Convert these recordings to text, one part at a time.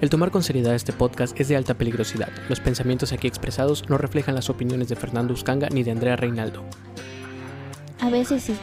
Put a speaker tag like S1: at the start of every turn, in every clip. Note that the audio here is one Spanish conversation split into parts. S1: El tomar con seriedad este podcast es de alta peligrosidad. Los pensamientos aquí expresados no reflejan las opiniones de Fernando Uscanga ni de Andrea Reinaldo.
S2: A veces sí.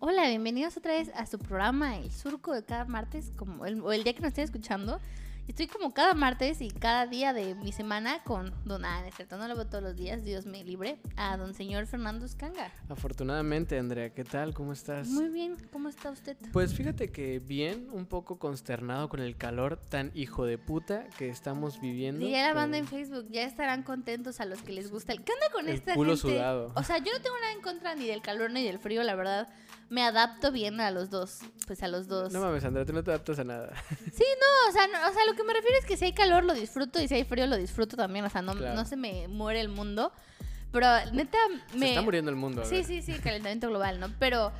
S3: Hola, bienvenidos otra vez a su programa El Surco de cada martes, como el, o el día que nos estén escuchando. Estoy como cada martes y cada día de mi semana con don ah, no es cierto, no lo veo todos los días, Dios me libre, a don señor Fernando Escanga.
S1: Afortunadamente, Andrea, ¿qué tal? ¿Cómo estás?
S3: Muy bien, ¿cómo está usted?
S1: Pues fíjate que bien, un poco consternado con el calor tan hijo de puta que estamos viviendo.
S3: Diría la
S1: pero
S3: banda en Facebook, ya estarán contentos a los que les gusta el... ¿Qué onda con
S1: El
S3: esta
S1: culo
S3: gente?
S1: sudado.
S3: O sea, yo no tengo nada en contra ni del calor ni del frío, la verdad. Me adapto bien a los dos, pues a los dos.
S1: No mames, Andrea, tú no te adaptas a nada.
S3: o sea, no- o sea, lo que me refiero es que si hay calor lo disfruto y si hay frío lo disfruto también. O sea, no,
S1: Claro.
S3: no se me muere el mundo. Pero neta, me.
S1: Se está muriendo el mundo.
S3: Sí,
S1: Andrea.
S3: sí, sí, calentamiento global, ¿no? Pero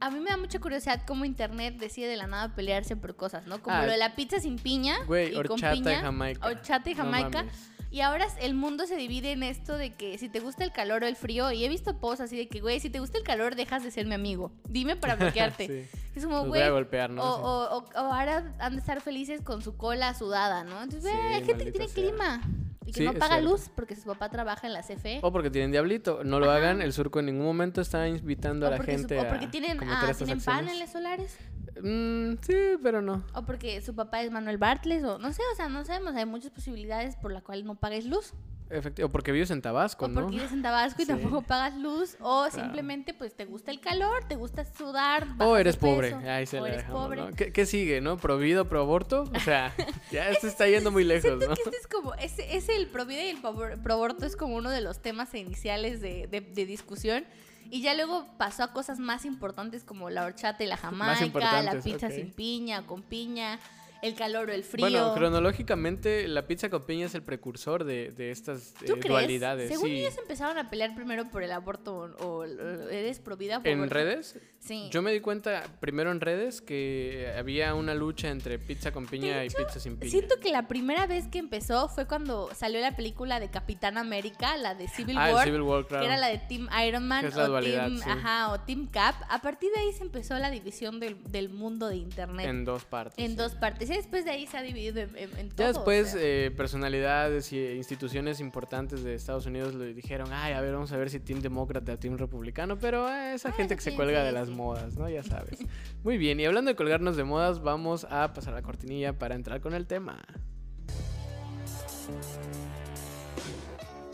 S3: a mí me da mucha curiosidad cómo Internet decide de la nada pelearse por cosas, ¿no? Como
S1: Ah.
S3: lo de la pizza sin piña.
S1: Güey,
S3: y con
S1: horchata
S3: piña,
S1: en Jamaica.
S3: Horchata y
S1: No
S3: Jamaica.
S1: mames.
S3: y ahora el mundo se divide en esto de que si te gusta el calor o el frío. Y he visto posts así de que, güey, si te gusta el calor, dejas de ser mi amigo. Dime para bloquearte.
S1: Sí,
S3: Es como,
S1: los voy a
S3: güey,
S1: golpear, ¿no?
S3: o,
S1: Sí.
S3: o- o- o ahora han de estar felices con su cola sudada, ¿no? Entonces,
S1: Sí,
S3: ve, hay gente que
S1: maldita
S3: tiene
S1: sea.
S3: clima y que
S1: Sí,
S3: no
S1: es
S3: paga
S1: cierto.
S3: luz porque su papá trabaja en la CFE.
S1: O porque tienen diablito, no lo hagan, el surco en ningún momento está invitando a
S3: o
S1: la
S3: porque su-
S1: gente
S3: o porque
S1: a
S3: tienen,
S1: cometer
S3: ah,
S1: estas
S3: tienen
S1: acciones.
S3: paneles solares.
S1: Mm, sí, pero no.
S3: O porque su papá es Manuel Bartles. O no sé, o sea, no sabemos. Hay muchas posibilidades por la cual no pagues luz.
S1: Efectivo, o porque vives en Tabasco,
S3: o
S1: ¿no?
S3: porque vives en Tabasco y
S1: Sí.
S3: tampoco pagas luz. O simplemente, pues, te gusta el calor, te gusta sudar. bajas
S1: O
S3: de
S1: eres pobre.
S3: peso,
S1: Ahí se
S3: o
S1: la
S3: eres
S1: dejamos,
S3: pobre.
S1: ¿no? ¿Qué, qué sigue, no? ¿Provido, proaborto? O sea, ya esto está yendo muy lejos,
S3: Siento
S1: ¿no?
S3: que este es como, es, es el provida y el pavor- proborto es como uno de los temas iniciales de, de- de discusión. Y ya luego pasó a cosas más importantes como la horchata y la jamaica, la
S1: importantes,
S3: pizza
S1: ok.
S3: sin piña, con piña, el calor o el frío.
S1: Bueno, cronológicamente, la pizza con piña es el precursor de, de estas eh,
S3: ¿Tú crees?
S1: dualidades.
S3: Según
S1: sí.
S3: ellos empezaron a pelear primero por el aborto o, o- o eres provida o
S1: ¿En
S3: proborto.
S1: redes?
S3: ¿eh? Sí.
S1: Yo me di cuenta primero en redes que había una lucha entre pizza con piña
S3: De hecho,
S1: y pizza sin piña.
S3: Siento que la primera vez que empezó fue cuando salió la película de Capitán América, la de Civil
S1: ah, el
S3: War.
S1: Civil War, claro.
S3: que era la de Team Iron Man
S1: Que es la
S3: o,
S1: dualidad,
S3: Team,
S1: sí.
S3: ajá, o Team Cap. A partir de ahí se empezó la división del, del mundo de Internet en,
S1: En dos partes. sí.
S3: dos partes. Y después de ahí se ha dividido en, en, en todo,
S1: Ya
S3: o
S1: después
S3: sea.
S1: eh, personalidades y eh, instituciones importantes de Estados Unidos le dijeron, ay, a ver, vamos a ver si Team Demócrata o Team Republicano, pero eh, esa
S3: Ah,
S1: gente
S3: eso
S1: que se
S3: sí,
S1: cuelga
S3: sí,
S1: de las
S3: sí.
S1: modas, ¿no? Ya sabes. Muy bien, y hablando de colgarnos de modas, vamos a pasar la cortinilla para entrar con el tema.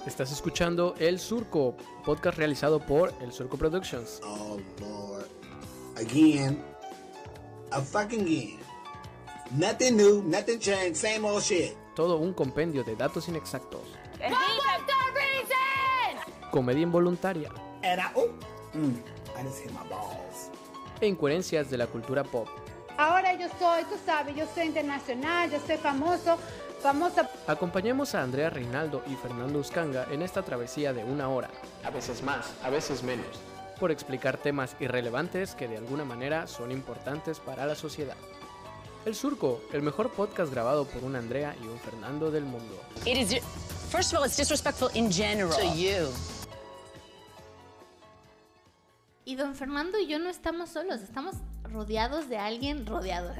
S1: Estás escuchando El Surco, podcast realizado por El Surco Productions.
S4: Oh Lord. Again. A fucking again. Nothing new, nothing changed, same old shit.
S1: Todo un compendio de datos inexactos. Comedia involuntaria.
S4: And I oh mm, I just hit my balls.
S1: e incoherencias de la cultura pop.
S5: Ahora yo soy, tú sabes, yo soy internacional, yo soy famoso, famosa
S1: Acompañemos a Andrea Reinaldo y Fernando Uscanga en esta travesía de una hora. A veces más, a veces menos. Por explicar temas irrelevantes que de alguna manera son importantes para la sociedad. El Surco, el mejor podcast grabado por un Andrea y un Fernando del mundo.
S6: It is. First of all, it's disrespectful in general. To you.
S3: Y don Fernando y yo no estamos solos, estamos rodeados de alguien rodeado.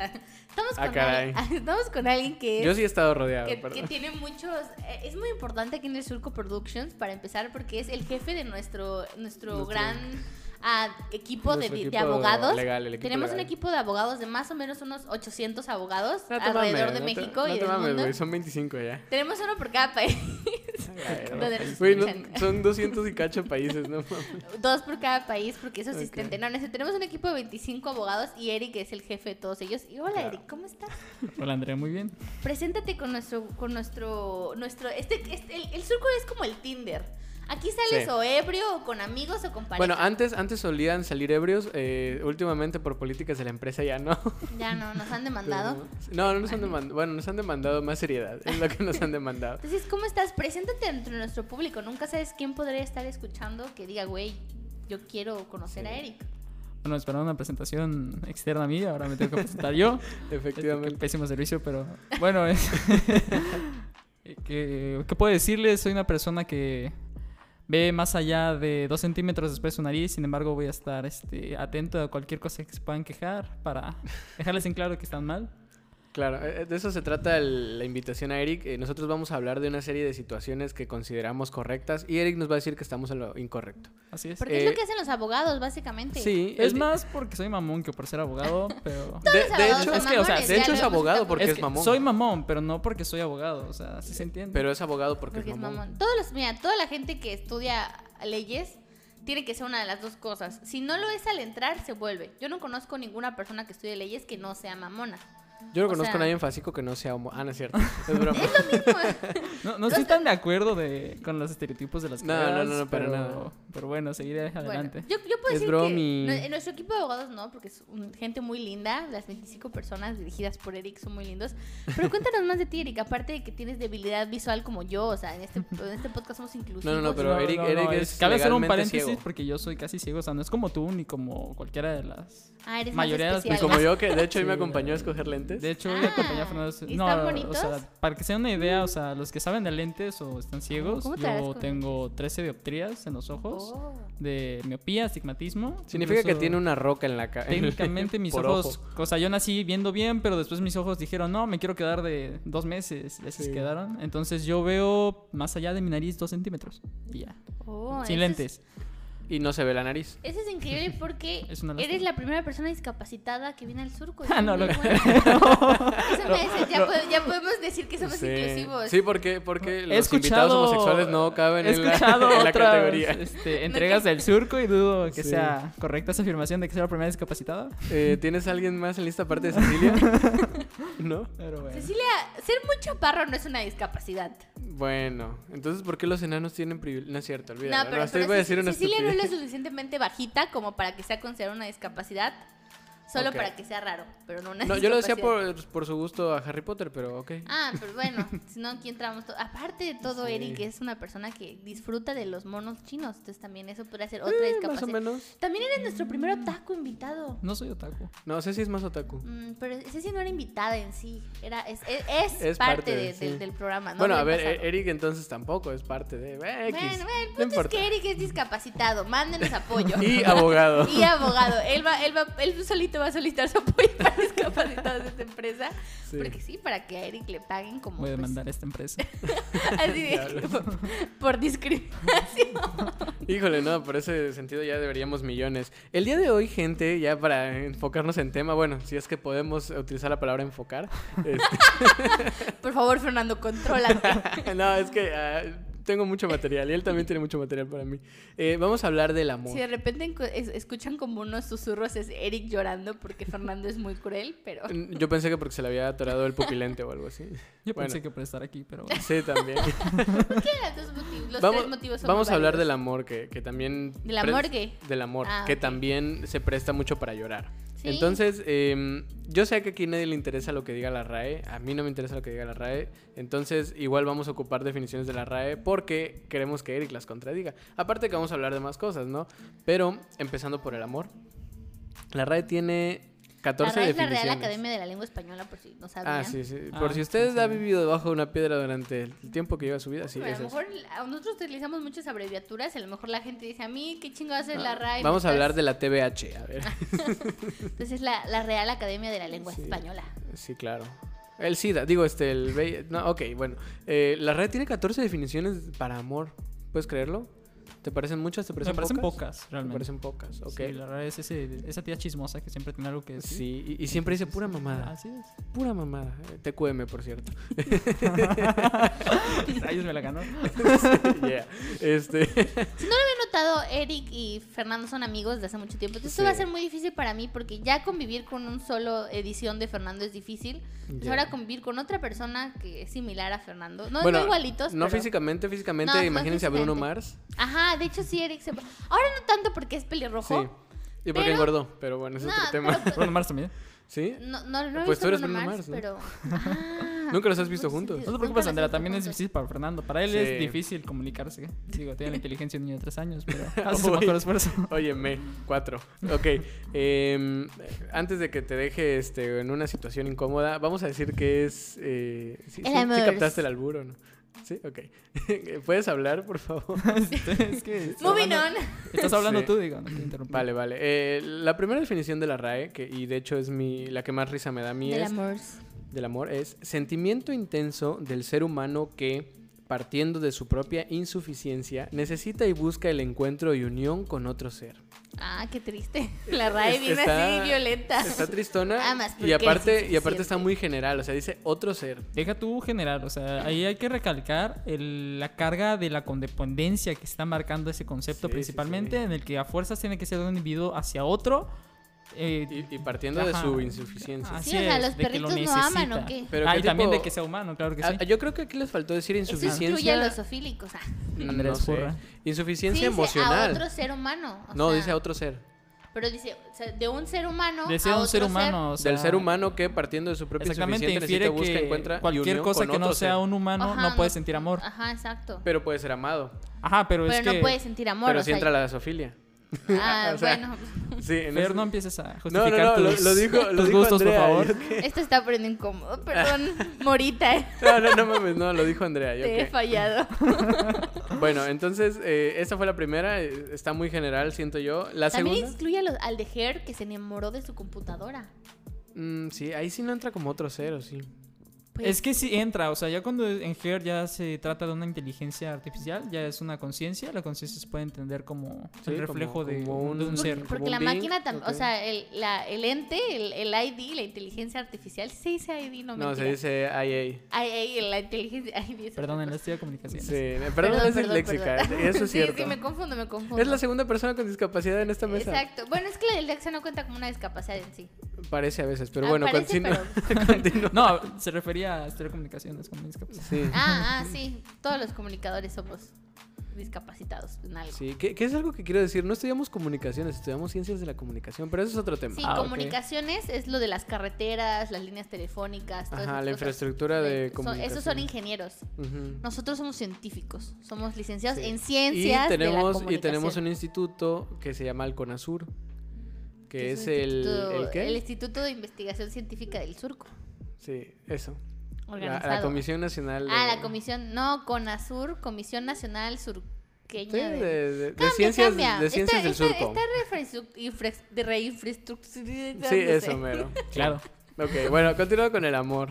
S3: Estamos
S1: Ah,
S3: con,
S1: caray.
S3: alguien, estamos con alguien que es-
S1: Yo sí he estado rodeado,
S3: que,
S1: perdón.
S3: que tiene muchos. eh, Es muy importante aquí en el Surco Productions para empezar porque es el jefe de nuestro nuestro,
S1: Nuestro-
S3: gran ah, equipo, de,
S1: Nuestro
S3: de
S1: equipo
S3: abogados.
S1: legal, el equipo
S3: Tenemos un
S1: legal.
S3: equipo de abogados de más o menos unos 800 abogados
S1: No te
S3: alrededor
S1: mames,
S3: de
S1: no te-
S3: México
S1: no
S3: y
S1: te
S3: del
S1: mames,
S3: mundo.
S1: güey, son 25 ya.
S3: Tenemos uno por cada país, Donde nos
S1: Güey, no,
S3: escuchan.
S1: son 200 y cacho países, no mames.
S3: dos por cada país porque es asistente.
S1: Ok.
S3: No, no sé, tenemos un equipo de 25 abogados y Eric es el jefe de todos ellos. Y hola Eric, ¿cómo estás?
S7: Hola Andrea, muy bien.
S3: Preséntate con nuestro, con nuestro, nuestro, este, este- el, el surco es como el Tinder. Aquí sales
S1: Sí.
S3: o ebrio o con amigos o con pareja.
S1: Bueno, ah, antes, antes solían salir ebrios, eh, últimamente por políticas de la empresa ya no.
S3: ya no, nos han demandado.
S1: No, no nos han demandado. Bueno, nos han demandado más seriedad. Es lo que nos han demandado.
S3: Entonces, ¿cómo estás? Preséntate entre nuestro público. Nunca sabes quién podría estar escuchando que diga, güey, yo quiero conocer a Eric.
S7: Bueno, esperaba una presentación externa a mí, ahora me tengo que presentar yo. Qué
S1: Efectivamente.
S7: pésimo servicio, pero bueno, eh, es... ¿Qué, ¿Qué puedo decirles? Soy una persona que ve más allá de dos centímetros después de su nariz, sin embargo voy a estar este, atento a cualquier cosa que se puedan quejar para dejarles en claro que están mal.
S1: Claro, eh, de eso se trata el- la invitación a Eric. Eh, Nosotros vamos a hablar de una serie de situaciones que consideramos correctas y Eric nos va a decir que estamos en lo incorrecto.
S7: Así es.
S3: Porque es
S1: Eh,
S3: lo que hacen los abogados, básicamente.
S1: Sí,
S7: Es
S1: el-
S7: más porque soy mamón que por ser abogado, pero...
S3: Todos
S1: de-
S3: los
S1: de
S3: abogados
S1: hecho-
S3: son
S7: es que, o sea,
S3: mamones,
S7: de
S3: ya
S1: hecho
S3: lo
S1: es
S3: hemos
S1: abogado
S3: captado.
S1: porque- es
S7: que
S1: mamón.
S7: Soy mamón, pero no porque soy abogado, o sea, ¿sí se entiende?
S1: Pero es abogado porque,
S3: Porque
S1: es
S3: es
S1: mamón.
S3: mamón. Todos los, mira, toda la gente que estudia leyes tiene que ser una de las dos cosas. Si no lo es al entrar, se vuelve. Yo no conozco ninguna persona que estudie leyes que no sea mamona.
S1: Yo no
S3: O
S1: conozco
S3: sea-
S1: a nadie en Fásico que no sea homo. Ah, no es cierto. Es broma.
S7: No, no estoy tan de acuerdo de, con los estereotipos de las
S1: No,
S7: carreras,
S1: no, no, no, para
S7: pero,
S1: nada.
S7: pero bueno, seguiré adelante.
S3: Bueno, yo, yo puedo
S1: Es
S3: decir
S1: bromi.
S3: que nu- en nuestro equipo de abogados no, porque es un- gente muy linda. Las 25 personas dirigidas por Eric son muy lindos. Pero cuéntanos más de ti, Eric. Aparte de que tienes debilidad visual como yo, o sea, en este, en este podcast somos inclusivos.
S1: no, no, pero- Eric- Eric es
S7: cabe hacer un
S1: legalmente
S7: paréntesis
S1: ciego.
S7: porque yo soy casi ciego, o sea, no es como tú ni como cualquiera de las
S3: Ah, eres más
S7: mayoría de las
S1: Y
S3: especial.
S1: como yo, que de hecho hoy me
S7: Sí,
S1: acompañó a
S7: eh,
S1: escoger lentes.
S7: De hecho, hoy
S3: Ah,
S7: acompañé a Fernando.
S3: ¿y
S7: No,
S3: están
S7: o
S3: bonitos? Mm.
S7: sea, para que se den una idea, o sea, los que saben de lentes o están ciegos,
S3: ¿Cómo te harás
S7: yo
S3: con
S7: tengo 13 dioptrías en los ojos
S3: Oh.
S7: de miopía, astigmatismo.
S1: Significa que
S7: incluso
S1: tiene una roca en la cabeza.
S7: Técnicamente mis ojos, o sea, yo nací viendo bien, pero después mis ojos dijeron, no, me quiero quedar de dos meses, y así se
S1: Sí.
S7: quedaron. Entonces yo veo más allá de mi nariz dos centímetros y ya,
S3: Oh,
S7: sin
S3: eso es-
S7: lentes.
S1: Y no se ve la nariz.
S3: Eso es increíble porque
S7: Es una
S3: eres
S7: lástima.
S3: la primera persona discapacitada que viene al surco.
S7: Ah, no,
S3: Muy
S7: lo-
S3: bueno. Eso me dice, ya, pode- ya podemos decir que somos inclusivos.
S1: Sí, porque, porque
S7: He
S1: los invitados
S7: escuchado-
S1: homosexuales no caben
S7: he
S1: en la,
S7: escuchado
S1: en la
S7: otras,
S1: categoría.
S7: este, entregas del surco y dudo que
S1: Sí.
S7: sea correcta esa afirmación de que sea la primera discapacitada.
S1: Eh, ¿Tienes a alguien más en lista aparte de Cecilia? ¿No?
S7: Pero bueno.
S3: Cecilia, ser muy chaparro no es una discapacidad.
S1: Bueno, entonces, ¿por qué los enanos tienen privilegio? No es cierto, olvídalo.
S3: no, pero,
S1: hasta iba
S3: pero
S1: a decir
S3: Ce-
S1: una
S3: Cecilia no es lo
S1: estupidez.
S3: suficientemente bajita como para que sea considerada una discapacidad. Solo
S1: Ok.
S3: para que sea raro, pero no una
S1: No, yo lo decía
S3: discapacidad.
S1: por, por su gusto a Harry Potter, pero ok.
S3: Ah, pero bueno, si no, aquí entramos todo. Aparte de todo,
S1: Sí.
S3: Eric es una persona que disfruta de los monos chinos. Entonces también eso podría ser otra
S1: Eh, más o
S3: discapacidad.
S1: menos. Mm.
S3: También eres nuestro primer otaku invitado.
S7: No soy otaku.
S1: No, Ceci es más otaku.
S3: Mm, pero ese sí no era invitada en sí. Era, es, es- es
S1: Es
S3: parte,
S1: parte de,
S3: de- del,
S1: sí.
S3: del programa. ¿no?
S1: bueno, a
S3: Del
S1: ver,
S3: pasado.
S1: e- Eric entonces tampoco es parte de... eh, X,
S3: Bueno, bueno, el
S1: no
S3: punto es
S1: importa.
S3: que Eric es discapacitado. Mándenos apoyo.
S1: Y abogado.
S3: Y abogado. Él, va, él, va, él solito va a solicitar su apoyo para discapacitados de esta empresa.
S1: Sí.
S3: Porque sí, para que a Eric le paguen como.
S7: Voy a
S3: pues,
S7: demandar a esta empresa.
S3: así de, por, por discriminación.
S1: Híjole, no, por ese sentido ya deberíamos millones. El día de hoy, gente, ya para enfocarnos en tema, bueno, si es que podemos utilizar la palabra enfocar. este,
S3: Por favor, Fernando, contrólate.
S1: no, es que ah, tengo mucho material y él también tiene mucho material para mí. Eh, vamos a hablar del amor.
S3: Si de repente encu- es- escuchan como unos susurros, es Eric llorando porque Fernando es muy cruel, pero.
S1: Yo pensé que porque se le había atorado el pupilente o algo así.
S7: Yo
S1: Bueno.
S7: pensé que por estar aquí, pero bueno.
S1: Sí, también.
S3: Los dos motivos- los
S1: vamos
S3: tres motivos son
S1: vamos
S3: muy
S1: a hablar
S3: válidos.
S1: del amor, que, que también...
S3: ¿Del
S1: pre-
S3: amor qué?
S1: Del amor,
S3: Ah,
S1: que
S3: ok.
S1: también se presta mucho para llorar.
S3: Sí.
S1: Entonces, eh, yo sé que aquí nadie le interesa lo que diga la RAE, a mí no me interesa lo que diga la RAE, entonces igual vamos a ocupar definiciones de la RAE porque queremos que Eric las contradiga. Aparte que vamos a hablar de más cosas, ¿no? Pero empezando por el amor, la RAE tiene 14
S3: la RAE es la
S1: definiciones.
S3: Real Academia de la Lengua Española, por si no sabían.
S1: Ah, sí, sí.
S7: Ah,
S1: Por si
S7: sí,
S1: ustedes
S7: sí.
S1: ha vivido debajo de una piedra durante el tiempo que lleva su vida, sí,
S3: Pero
S1: es
S3: Pues a lo
S1: eso.
S3: mejor a nosotros utilizamos muchas abreviaturas, a lo mejor la gente dice, a mí, ¿qué chingados es la RAE?
S1: Ah, Vamos a
S3: Entonces-
S1: hablar de la TBH, a ver.
S3: Entonces Pues es la, la Real Academia de la Lengua
S1: Sí.
S3: Española.
S1: Sí, claro. El SIDA, digo, este, el... VI- No, ok, bueno. Eh, la red tiene 14 definiciones para amor. ¿Puedes creerlo? ¿Te parecen muchas? ¿Te parecen
S7: Me parecen
S1: pocas?
S7: pocas,
S1: Me
S7: realmente.
S1: parecen pocas, ok.
S7: Sí, la verdad es ese- esa tía chismosa que siempre tiene algo que decir.
S1: Sí, y, y siempre dice pura mamada.
S7: Así es.
S1: Pura mamada. Eh, TQM, por cierto.
S7: Rayos me la ganó.
S1: Yeah. Este...
S3: He notado, Eric y Fernando son amigos de hace mucho tiempo. Entonces
S1: Sí.
S3: esto va a ser muy difícil para mí porque ya convivir con un solo edición de Fernando es difícil. Entonces,
S1: Ya.
S3: ahora convivir con otra persona que es similar a Fernando. No,
S1: bueno,
S3: no igualitos.
S1: No
S3: pero-
S1: físicamente, físicamente,
S3: No, no
S1: imagínense a Bruno
S3: físicamente.
S1: Mars.
S3: Ajá, de hecho sí, Eric se... Ahora no tanto porque es pelirrojo.
S1: Sí. Y porque
S3: Pero-
S1: engordó, pero bueno, ese es
S3: No,
S1: otro tema.
S3: pero-
S7: Bruno Mars también.
S1: ¿Sí?
S3: No, no, no he
S1: Pues
S3: visto
S1: tú eres
S3: Bruno
S1: Bruno
S3: Mars,
S1: Mars,
S3: pero... Ah,
S1: Nunca los has visto
S3: pues,
S1: juntos.
S3: sí,
S7: No te
S3: nunca
S7: preocupes,
S3: los he
S7: Andrea,
S3: visto
S7: también es
S3: juntos.
S7: difícil para Fernando. Para él
S1: Sí.
S7: es difícil comunicarse. Digo, tiene la inteligencia de un niño de tres años, pero hace su
S1: Uy.
S7: mejor esfuerzo.
S1: Óyeme, cuatro. Ok. em, antes de que te deje este, en una situación incómoda, vamos a decir que es. eh, sí,
S3: El
S1: sí, sí
S3: amor.
S1: captaste el albur o no? Sí, ok. ¿Puedes hablar, por favor?
S7: es que estás
S3: Moving on.
S7: hablando- Estás hablando
S1: Sí.
S7: tú, digo, no te interrumpí.
S1: Vale, vale. Eh, la primera definición de la RAE, que, y de hecho es mi, la que más risa me da a mí,
S3: Del
S1: es,
S3: amor.
S1: del amor, es sentimiento intenso del ser humano que, partiendo de su propia insuficiencia, necesita y busca el encuentro y unión con otro ser.
S3: Ah, qué triste. La RAE
S1: Es-
S3: viene
S1: está-
S3: así violenta.
S1: Está tristona.
S3: Ah, más porque
S1: y
S3: es
S1: aparte, y aparte
S3: insuficiente.
S1: está muy general, o sea, dice otro ser.
S7: Deja tú general, o sea, ahí hay que recalcar el- la carga de la condependencia que está marcando ese concepto
S1: Sí, sí,
S7: principalmente,
S1: sí.
S7: en el que a fuerzas tiene que ser de un individuo hacia otro. eh,
S1: Y, y partiendo de
S7: Ajá. Ah,
S1: su insuficiencia.
S7: así
S3: Sí, o sea,
S7: es,
S3: los
S7: de que lo
S3: perritos no aman, ¿o
S7: necesita.
S3: qué?
S1: Pero
S7: ah,
S1: ¿qué
S7: y también
S1: tipo-
S7: de que sea humano, claro que sí.
S1: Ah, Yo creo que aquí les faltó decir
S3: Eso incluye
S1: insuficiencia. mm,
S3: a los zoofílicos. Ah.
S1: no
S7: Andrea
S1: sé.
S7: Escurra.
S1: Insuficiencia
S3: Sí, dice
S1: emocional.
S3: A otro ser humano. o
S1: no,
S3: sea,
S1: dice a otro ser.
S3: Pero dice, o sea, de un ser humano.
S7: de ser
S3: a
S7: un ser
S3: otro
S7: humano. o sea,
S1: Del ser humano que partiendo de su propia
S7: Exactamente,
S1: insuficiencia necesita, busca,
S7: infiere que
S1: encuentra y
S7: cualquier
S1: unión
S7: cosa
S1: con
S7: que no
S1: otro
S7: sea
S1: ser.
S7: un humano
S3: Ajá,
S7: no puede sentir amor.
S3: Ajá, exacto. Pero,
S1: Pero puede ser amado.
S7: Ajá, pero, es que.
S3: no puede sentir amor.
S1: pero
S3: o
S1: si
S3: sea,
S1: entra la zoofilia.
S3: Ah,
S1: o sea,
S3: bueno.
S1: Sí, en
S7: Fer,
S1: ese-
S7: no empieces a
S1: no,
S7: justificar
S1: no, no, lo,
S7: tus,
S1: lo dijo, lo
S7: tus
S1: dijo
S7: gustos,
S1: Andrea. eh.
S7: por
S1: yo
S7: favor.
S1: qué-
S3: Esto está poniendo incómodo. Perdón, Morita, eh,
S1: No, no, no mames, no, lo dijo Andrea. yo
S3: te he
S1: qué.
S3: fallado.
S1: Bueno, entonces, eh, esta fue la primera. eh, Está muy general, siento yo. La
S3: También
S1: segunda.
S3: excluye a los- al de Her que se enamoró de su computadora.
S1: mm, sí, ahí sí no entra como otro ser, ¿o sí.
S3: Pues,
S7: Es que sí entra, o sea, ya cuando en Her ya se trata de una inteligencia artificial, ya es una conciencia, la conciencia se puede entender como
S1: Sí,
S7: el reflejo
S1: como-
S7: de,
S1: como un-
S7: de un
S1: Porque-
S7: ser.
S1: como
S3: Porque
S1: un
S3: la
S1: Bing,
S3: máquina también,
S1: ok.
S3: o sea, el, la- el ente, el, el ID, la inteligencia artificial, se dice ID, no me
S1: No, se dice IA.
S3: Ay, ay, la inteligencia. Ay, Dios.
S7: Perdón, en la estudia de comunicaciones.
S1: Sí, eh, perdón, es el léxica.
S3: perdón.
S1: Eso es
S3: sí,
S1: cierto.
S3: Sí, me confundo, me confundo.
S1: Es la segunda persona con discapacidad en esta mesa.
S3: Exacto. Bueno, es que la dislexia no cuenta como una discapacidad en sí.
S1: Parece a veces, pero
S3: Ah,
S1: bueno,
S3: parece,
S1: continúa.
S7: No, se refería a estudiar comunicaciones con discapacidad.
S1: Sí.
S3: Ah, ah, sí. Todos los comunicadores somos discapacitados en algo. Sí,
S1: Sí, que, que es algo que quiero decir. No estudiamos comunicaciones, estudiamos ciencias de la comunicación, pero eso es otro tema.
S7: Ah, ok.
S3: comunicaciones es lo de las carreteras, las líneas telefónicas,
S1: Ajá,
S3: todas esas
S1: la
S3: cosas.
S1: infraestructura de
S3: Son- esos son
S1: comunicación.
S3: ingenieros.
S1: Ujú.
S3: Nosotros somos científicos, somos licenciados
S1: Sí.
S3: en ciencias.
S1: y tenemos,
S3: de la
S1: y tenemos
S3: comunicación.
S1: un instituto que se llama el CONASUR, que
S3: Que
S1: es,
S3: un
S1: el,
S3: instituto-
S1: ¿el qué?
S3: el Instituto de Investigación Científica del Surco.
S1: Sí, eso. La- La,
S3: Organizado.
S1: Comisión Nacional de,
S3: Ah, la comisión, no, CONASUR, Comisión Nacional Surqueña
S1: Sí, de,
S3: de-
S1: de- de
S3: Cambia,
S1: ciencias,
S3: cambia.
S1: De ciencias
S3: Esta-
S1: del
S3: esta-
S1: surco.
S3: esta refraestru- infra- de reinfraestructura.
S1: sí,
S3: no sé.
S1: eso, mero.
S7: Claro.
S1: Ok, bueno, continúo con el amor.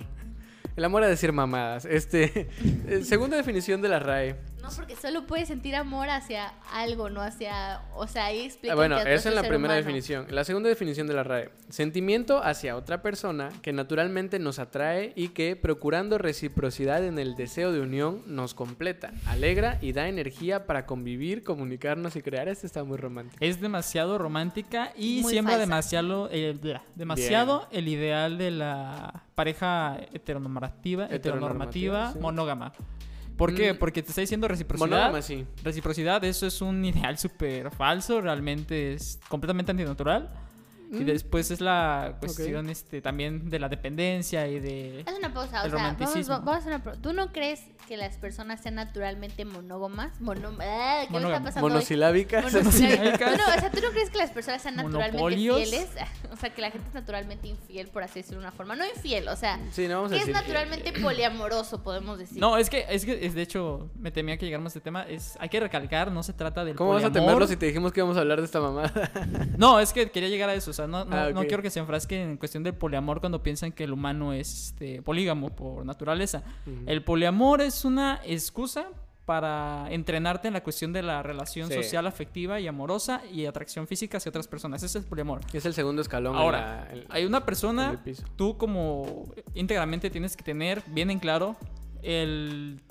S1: El amor a decir mamadas. Este, eh, segunda definición de la RAE. Ah,
S3: No, porque solo puedes sentir amor hacia algo, no hacia. O sea, ahí explica.
S1: Ah, Bueno,
S3: que otro
S1: esa es la
S3: ser
S1: primera
S3: humano.
S1: definición. La segunda definición de la RAE. Sentimiento hacia otra persona que naturalmente nos atrae y que, procurando reciprocidad en el deseo de unión, nos completa, alegra y da energía para convivir, comunicarnos y crear. Este está muy romántico.
S7: Es demasiado romántica y
S3: Muy
S7: siembra
S3: falsa.
S7: demasiado, el, bla, demasiado el ideal de la pareja heteronormativa,
S1: Heteronormativa,
S7: heteronormativa
S1: sí.
S7: monógama. ¿Por qué?
S1: Mm.
S7: Porque te está diciendo reciprocidad.
S1: Monógama, sí.
S7: Reciprocidad, eso es un ideal súper falso, realmente es completamente antinatural.
S1: Mm.
S7: Y después es la cuestión este, también de la dependencia y de...
S3: Haz una pausa, o
S7: El
S3: sea, vamos,
S7: romanticismo.
S3: vamos a una pro- ¿Tú no crees que las personas sean naturalmente monógamas? Mono- ah, ¿Qué me está
S7: Monógamas.
S3: pasando? hoy?
S1: Monosilábica.
S3: Monosilábicas. No, no, o sea, ¿tú no crees que las personas sean naturalmente
S7: Monopolios.
S3: fieles? O sea, que la gente es naturalmente infiel, por así decirlo de una forma. No infiel, o sea,
S1: Sí, no vamos a
S3: que es
S1: decir.
S3: naturalmente poliamoroso, podemos decir.
S7: No, es que, es que, es de hecho, me temía que llegáramos a este tema. Es, hay que recalcar, no se trata del
S1: ¿Cómo vas a
S7: poliamor.
S1: temerlo si te dijimos que íbamos a hablar de esta mamada?
S7: No, es que quería llegar a eso. O sea, no, no,
S1: Ah,
S7: no
S1: ok.
S7: quiero que se enfrasquen en cuestión del poliamor cuando piensan que el humano es este, polígamo por naturaleza. El poliamor es una excusa para entrenarte en la cuestión de la relación
S1: Sí.
S7: social, afectiva y amorosa y atracción física hacia otras personas. Ese es el poliamor.
S1: Es el segundo escalón. en
S7: Ahora,
S1: la- en-
S7: hay una
S1: en el
S7: persona,
S1: piso.
S7: tú como íntegramente tienes que tener bien en claro el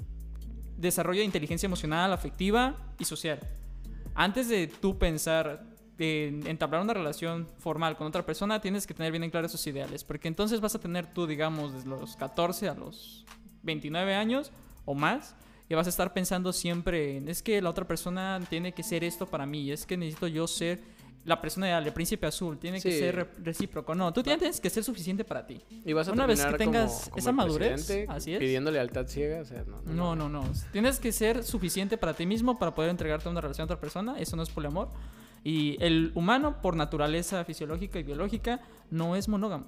S7: desarrollo de inteligencia emocional, afectiva y social. Antes de tú pensar en entablar una relación formal con otra persona, tienes que tener bien en claro esos ideales, porque entonces vas a tener tú, digamos, desde los 14 a los 29 años o más, y vas a estar pensando siempre en, es que la otra persona tiene que ser esto para mí, es que necesito yo ser la persona ideal, el príncipe azul, tiene que
S1: Sí.
S7: ser re- recíproco. No, tú tienes que ser suficiente para ti.
S1: Y vas a
S7: Una vez
S1: terminar
S7: que tengas
S1: como- como
S7: esa
S1: el
S7: madurez,
S1: presidente,
S7: así es.
S1: Pidiendo lealtad ciega, o sea, no.
S7: No, no, no. Tienes que ser suficiente para ti mismo para poder entregarte a una relación a otra persona. Eso no es poliamor. Y el humano, por naturaleza fisiológica y biológica, no es monógamo.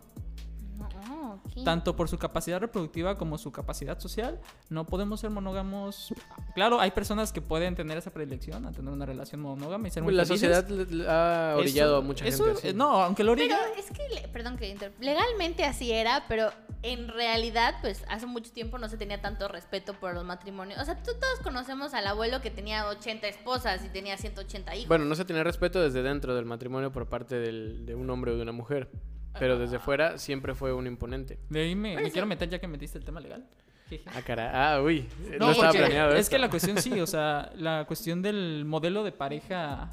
S3: No, Ah, ok.
S7: tanto por su capacidad reproductiva como su capacidad social, no podemos ser monógamos. Claro, hay personas que pueden tener esa predilección a tener una relación monógama y ser muy
S1: Pues la
S7: felices.
S1: sociedad le- le ha
S7: Eso-
S1: orillado a mucha
S7: eso-
S1: gente. así.
S7: eh, No, aunque lo orilla.
S3: Pero es que, le- perdón que inter- legalmente así era, pero en realidad, pues hace mucho tiempo no se tenía tanto respeto por los matrimonios. O sea, tú- todos conocemos al abuelo que tenía 80 esposas y tenía 180 hijos.
S1: Bueno, no se tenía respeto desde dentro del matrimonio por parte del- de un hombre o de una mujer, pero desde
S7: Ah.
S1: fuera siempre fue un imponente.
S7: De ahí me, me
S3: pues sí.
S7: quiero meter ya que metiste el tema legal. Jeje.
S1: Ah, cara, ah, uy, eh, no,
S7: No,
S1: estaba
S7: porque
S1: planeado.
S7: es
S1: esto.
S7: que la cuestión sí, o sea, la cuestión del modelo de pareja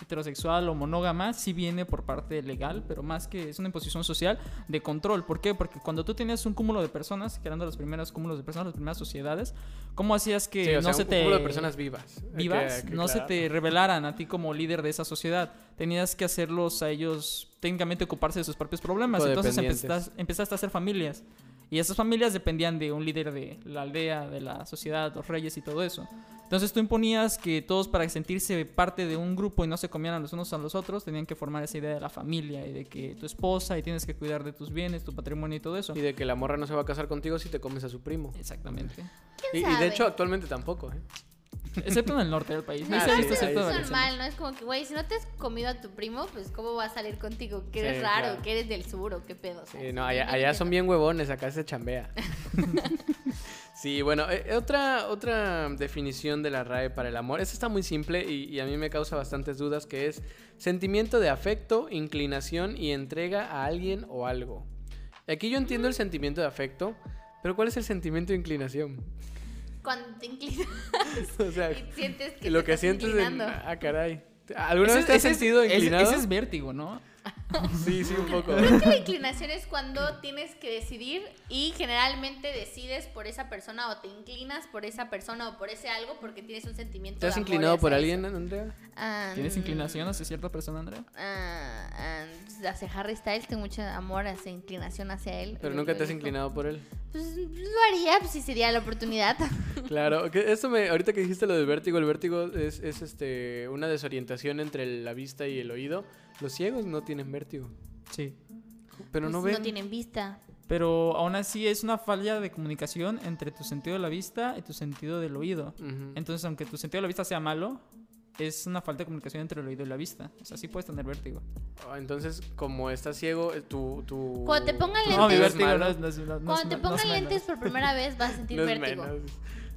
S7: heterosexual o monógama sí viene por parte legal, pero más que es una imposición social de control. ¿Por qué? Porque cuando tú tenías un cúmulo de personas, que eran de los primeros cúmulos de personas, las primeras sociedades, ¿cómo hacías que
S1: Sí, o
S7: no
S1: sea,
S7: se
S1: un
S7: te
S1: cúmulo de personas vivas. eh, que-
S7: vivas,
S1: que,
S7: no
S1: claro.
S7: se te revelaran a ti como líder de esa sociedad. Tenías que hacerlos a ellos técnicamente ocuparse de sus propios problemas. Entonces
S1: Codependientes.
S7: empezaste, empezaste a hacer familias. Y esas familias dependían de un líder de la aldea, de la sociedad, los reyes y todo eso. Entonces tú imponías que todos para sentirse parte de un grupo y no se comieran los unos a los otros, tenían que formar esa idea de la familia y de que tu esposa y tienes que cuidar de tus bienes, tu patrimonio y todo eso.
S1: Y de que la morra no se va a casar contigo si te comes a su primo.
S7: Exactamente.
S1: Y,
S3: ¿Quién
S1: y de
S3: sabe?
S1: hecho, actualmente tampoco, ¿eh?
S7: Excepto en el norte del país.
S3: No,
S1: Ah,
S7: Sí,
S1: sí,
S3: no,
S7: excepto-
S1: sí,
S3: no,
S7: excepto en
S3: es
S1: sí.
S7: Arizona.
S3: normal, ¿no? Es como que, güey, si no te has comido a tu primo, pues ¿cómo va a salir contigo? Que
S1: Sí,
S3: eres raro,
S1: claro.
S3: que eres del sur o qué pedo. O sea,
S1: Eh,
S3: sí,
S1: no, allá, allá son bien huevones, acá se chambea. sí, bueno, eh, otra, otra definición de la RAE para el amor. Esta está muy simple y, y a mí me causa bastantes dudas, que es sentimiento de afecto, inclinación y entrega a alguien o algo. Aquí yo entiendo el sentimiento de afecto, pero ¿cuál es el sentimiento de inclinación?
S3: Cuando te inclinas
S1: o sea,
S3: y sientes que
S1: y lo
S3: te
S1: que
S3: estás
S1: sientes... de-
S3: inclinando.
S1: ah, caray. ¿Alguna
S7: Ese-
S1: vez te has
S7: ese es-
S1: sentido
S7: ese-
S1: inclinado?
S7: Ese es vértigo, ¿no?
S1: Sí, sí, un poco.
S3: Creo que la inclinación es cuando tienes que decidir y generalmente decides por esa persona o te inclinas por esa persona o por ese algo porque tienes un sentimiento.
S1: ¿Te has
S3: de amor
S1: inclinado
S3: hacia
S1: por
S3: eso.
S1: alguien, Andrea?
S3: Ah,
S7: ¿Tienes
S3: mm,
S7: inclinación hacia cierta persona, Andrea?
S3: ah, ah, hacia Harry Styles tengo mucho amor, hacia inclinación hacia él.
S1: Pero
S3: Lo-
S1: nunca
S3: lo
S1: te has
S3: dijo.
S1: inclinado por él.
S3: Pues lo haría pues, si sería la oportunidad.
S1: Claro, que eso me, ahorita que dijiste lo del vértigo, el vértigo es, es, este, una desorientación entre la vista y el oído. Los ciegos no tienen vértigo,
S7: Sí.
S1: pero
S3: Pues,
S1: no ven.
S3: tienen vista.
S7: Pero aún así es una falla de comunicación entre tu sentido de la vista y tu sentido del oído.
S3: Mm.
S1: Ujú.
S7: Entonces, aunque tu sentido de la vista sea malo, es una falta de comunicación entre el oído y la vista. O sea, sí puedes tener vértigo.
S1: Ah, Entonces, como estás ciego, eh, tu, tu...
S3: Cuando te pongan
S1: tu
S7: No,
S1: sentido
S7: mi
S1: es
S7: vértigo no,
S1: malo,
S7: es- no es- no- no es-
S3: Cuando te
S7: no es
S3: pongan
S7: malo.
S3: lentes por primera vez vas a sentir
S1: no es
S3: vértigo.
S1: menos.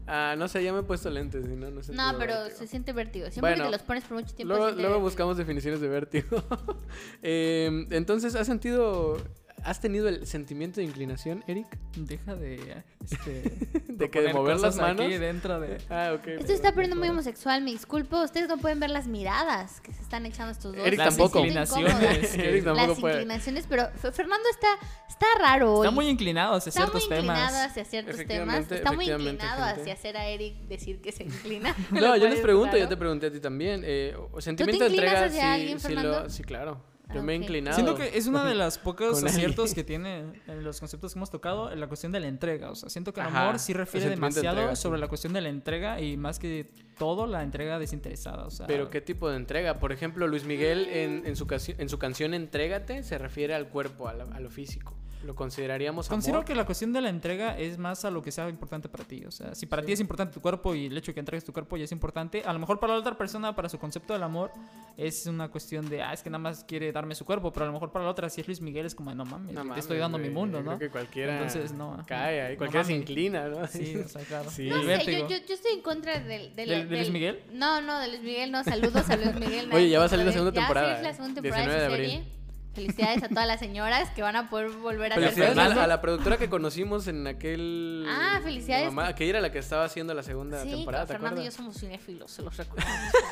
S1: Ah, no sé, ya me he puesto lentes, si no, no sé.
S3: No, pero se siente vértigo. Siempre
S1: Bueno,
S3: que te los pones por mucho tiempo.
S1: Luego,
S3: se siente
S1: luego
S3: vértigo.
S1: buscamos definiciones de vértigo. Eh, entonces, ¿has sentido, has tenido el sentimiento de inclinación, Eric?
S7: Deja de. este,
S1: ¿De que de
S7: proponer
S1: mover las
S7: cosas aquí
S1: manos?
S7: dentro de.
S1: Ah, ok.
S3: Esto se está poniendo muy homosexual, me disculpo. Ustedes no pueden ver las miradas que se están echando estos dos.
S1: Eric
S7: Las
S1: tampoco.
S7: inclinaciones.
S3: Incómodas.
S7: que-
S1: Eric tampoco.
S3: Las
S1: puede.
S3: inclinaciones, pero F- Fernando está, está raro hoy.
S7: Está muy inclinado hacia
S3: Está muy
S7: ciertos
S3: inclinado
S7: temas.
S3: hacia ciertos
S1: Efectivamente,
S3: temas. Está muy
S1: efectivamente,
S3: inclinado
S1: gente.
S3: hacia hacer a Eric decir que se inclina.
S1: No,
S3: Lo
S1: yo
S3: cual
S1: les
S3: es
S1: pregunto,
S3: raro.
S1: yo te pregunté a ti también. Eh, o- sentimiento de
S3: inclinas
S1: entrega,
S3: hacia
S1: sí,
S3: alguien,
S1: sí, lo-
S3: Fernando?
S1: sí, claro.
S3: Ah,
S1: Yo me he
S3: ok.
S1: inclinado.
S7: Siento que es uno de los pocos
S1: Con
S7: aciertos
S1: alguien.
S7: que tiene en los conceptos que hemos tocado en la cuestión de la entrega. O sea, siento que el
S1: Ajá,
S7: amor sí
S1: el
S7: refiere
S1: sentimiento de
S7: demasiado
S1: entrega, sí.
S7: sobre la cuestión de la entrega y más que todo la entrega desinteresada. O sea,
S1: Pero qué tipo de entrega. Por ejemplo, Luis Miguel en, en su, casi- en su canción Entrégate se refiere al cuerpo, a, la- a lo físico. ¿Lo consideraríamos amor?
S7: Considero que la cuestión de la entrega es más a lo que sea importante para ti. O sea, si para ti es importante tu cuerpo y el hecho de que entregues tu cuerpo ya es importante, a lo mejor para la otra persona, para su concepto del amor, es una cuestión de, ah, es que nada más quiere darme su cuerpo, pero a lo mejor para la otra, si es Luis Miguel, es como, no mames,
S1: No
S7: te
S1: mames,
S7: estoy dando mi
S1: güey,
S7: mundo,
S1: yo
S7: ¿no?
S1: Creo que cualquiera
S7: Entonces, no.
S1: cae ahí,
S7: No
S1: cualquiera se
S7: mames.
S1: inclina, ¿no?
S7: Sí, o sea, claro.
S1: Sí.
S7: El
S3: No sé,
S7: vértigo.
S3: yo, yo, yo estoy en contra del... del-
S7: ¿Del- de Luis
S3: del-
S7: Miguel?
S3: No, no, de Luis Miguel no. Saludos a Luis Miguel. nada
S1: Oye, ya va a
S3: en
S1: salir la
S3: contra de-
S1: segunda
S3: Ya va a salir
S1: temporada,
S3: la segunda temporada de
S1: 19
S3: su
S1: de
S3: serie. Felicidades a todas las señoras que van a poder volver a hacer
S1: Felicidades
S7: Fernando.
S1: a la productora que conocimos en aquel...
S3: Ah, felicidades.
S1: Mamá, que era la que estaba haciendo la segunda
S3: Sí,
S1: temporada, ¿te
S3: Fernando y yo
S1: acuerdas?
S3: somos cinéfilos, se los recuerdo.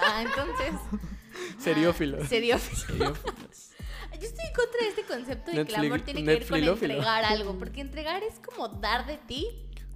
S3: Ah, entonces.
S1: Seriófilos.
S3: Ah, seriófilos. Yo estoy en contra de este concepto de que el amor
S1: Netflix-
S3: tiene que ver con
S1: Netflilófilo.
S3: entregar algo. Porque entregar es como dar de ti.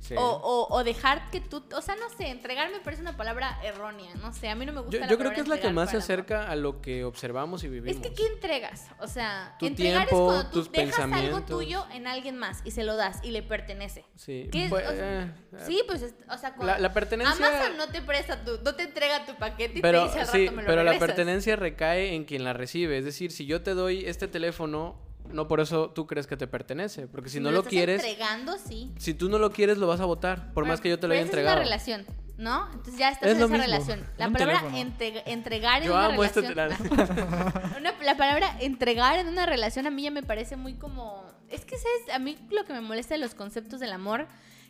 S1: Sí.
S3: O, o- o dejar que tú. O sea, no sé, entregar me parece una palabra errónea. No sé, a mí no me gusta
S1: Yo,
S3: la
S1: yo creo
S3: palabra
S1: que es la que
S3: entregar
S1: más se
S3: para el amor.
S1: acerca a lo que observamos y
S3: Es
S1: vivimos.
S3: que ¿qué entregas? O sea,
S1: Tu
S3: entregar
S1: tiempo,
S3: es cuando tú
S1: tus
S3: dejas algo
S1: pensamientos.
S3: tuyo en alguien más y se lo das y le pertenece.
S1: Sí.
S3: ¿Qué?
S1: pues,
S3: O sea,
S1: eh,
S3: Sí, pues, es- o sea, cuando
S1: La- la pertenencia-
S3: Amazon no te presta tu, no te entrega tu paquete y te
S1: Pero,
S3: dice al
S1: sí,
S3: rato me lo
S1: pero la
S3: regresas".
S1: pertenencia recae en quien la recibe. Es decir, si yo te doy este teléfono, No por eso tú crees que te pertenece, porque si,
S3: me
S1: no lo
S3: estás
S1: quieres,
S3: entregando, sí. Ah,
S1: si tú no quieres lo vas a votar, por más que yo te lo haya entregado.
S3: Es una relación, ¿no? Entonces ya estás
S1: Es
S3: en
S1: lo
S3: esa
S1: mismo.
S3: relación. La
S7: Un
S3: palabra
S7: teléfono.
S3: entre- entregar en
S1: yo
S3: una
S1: amo este
S3: relación. Ah,
S1: telar.
S3: Una- la palabra entregar en una relación a mí ya me parece muy como. Es que, ¿sabes? A mí lo que me molesta de los conceptos del amor,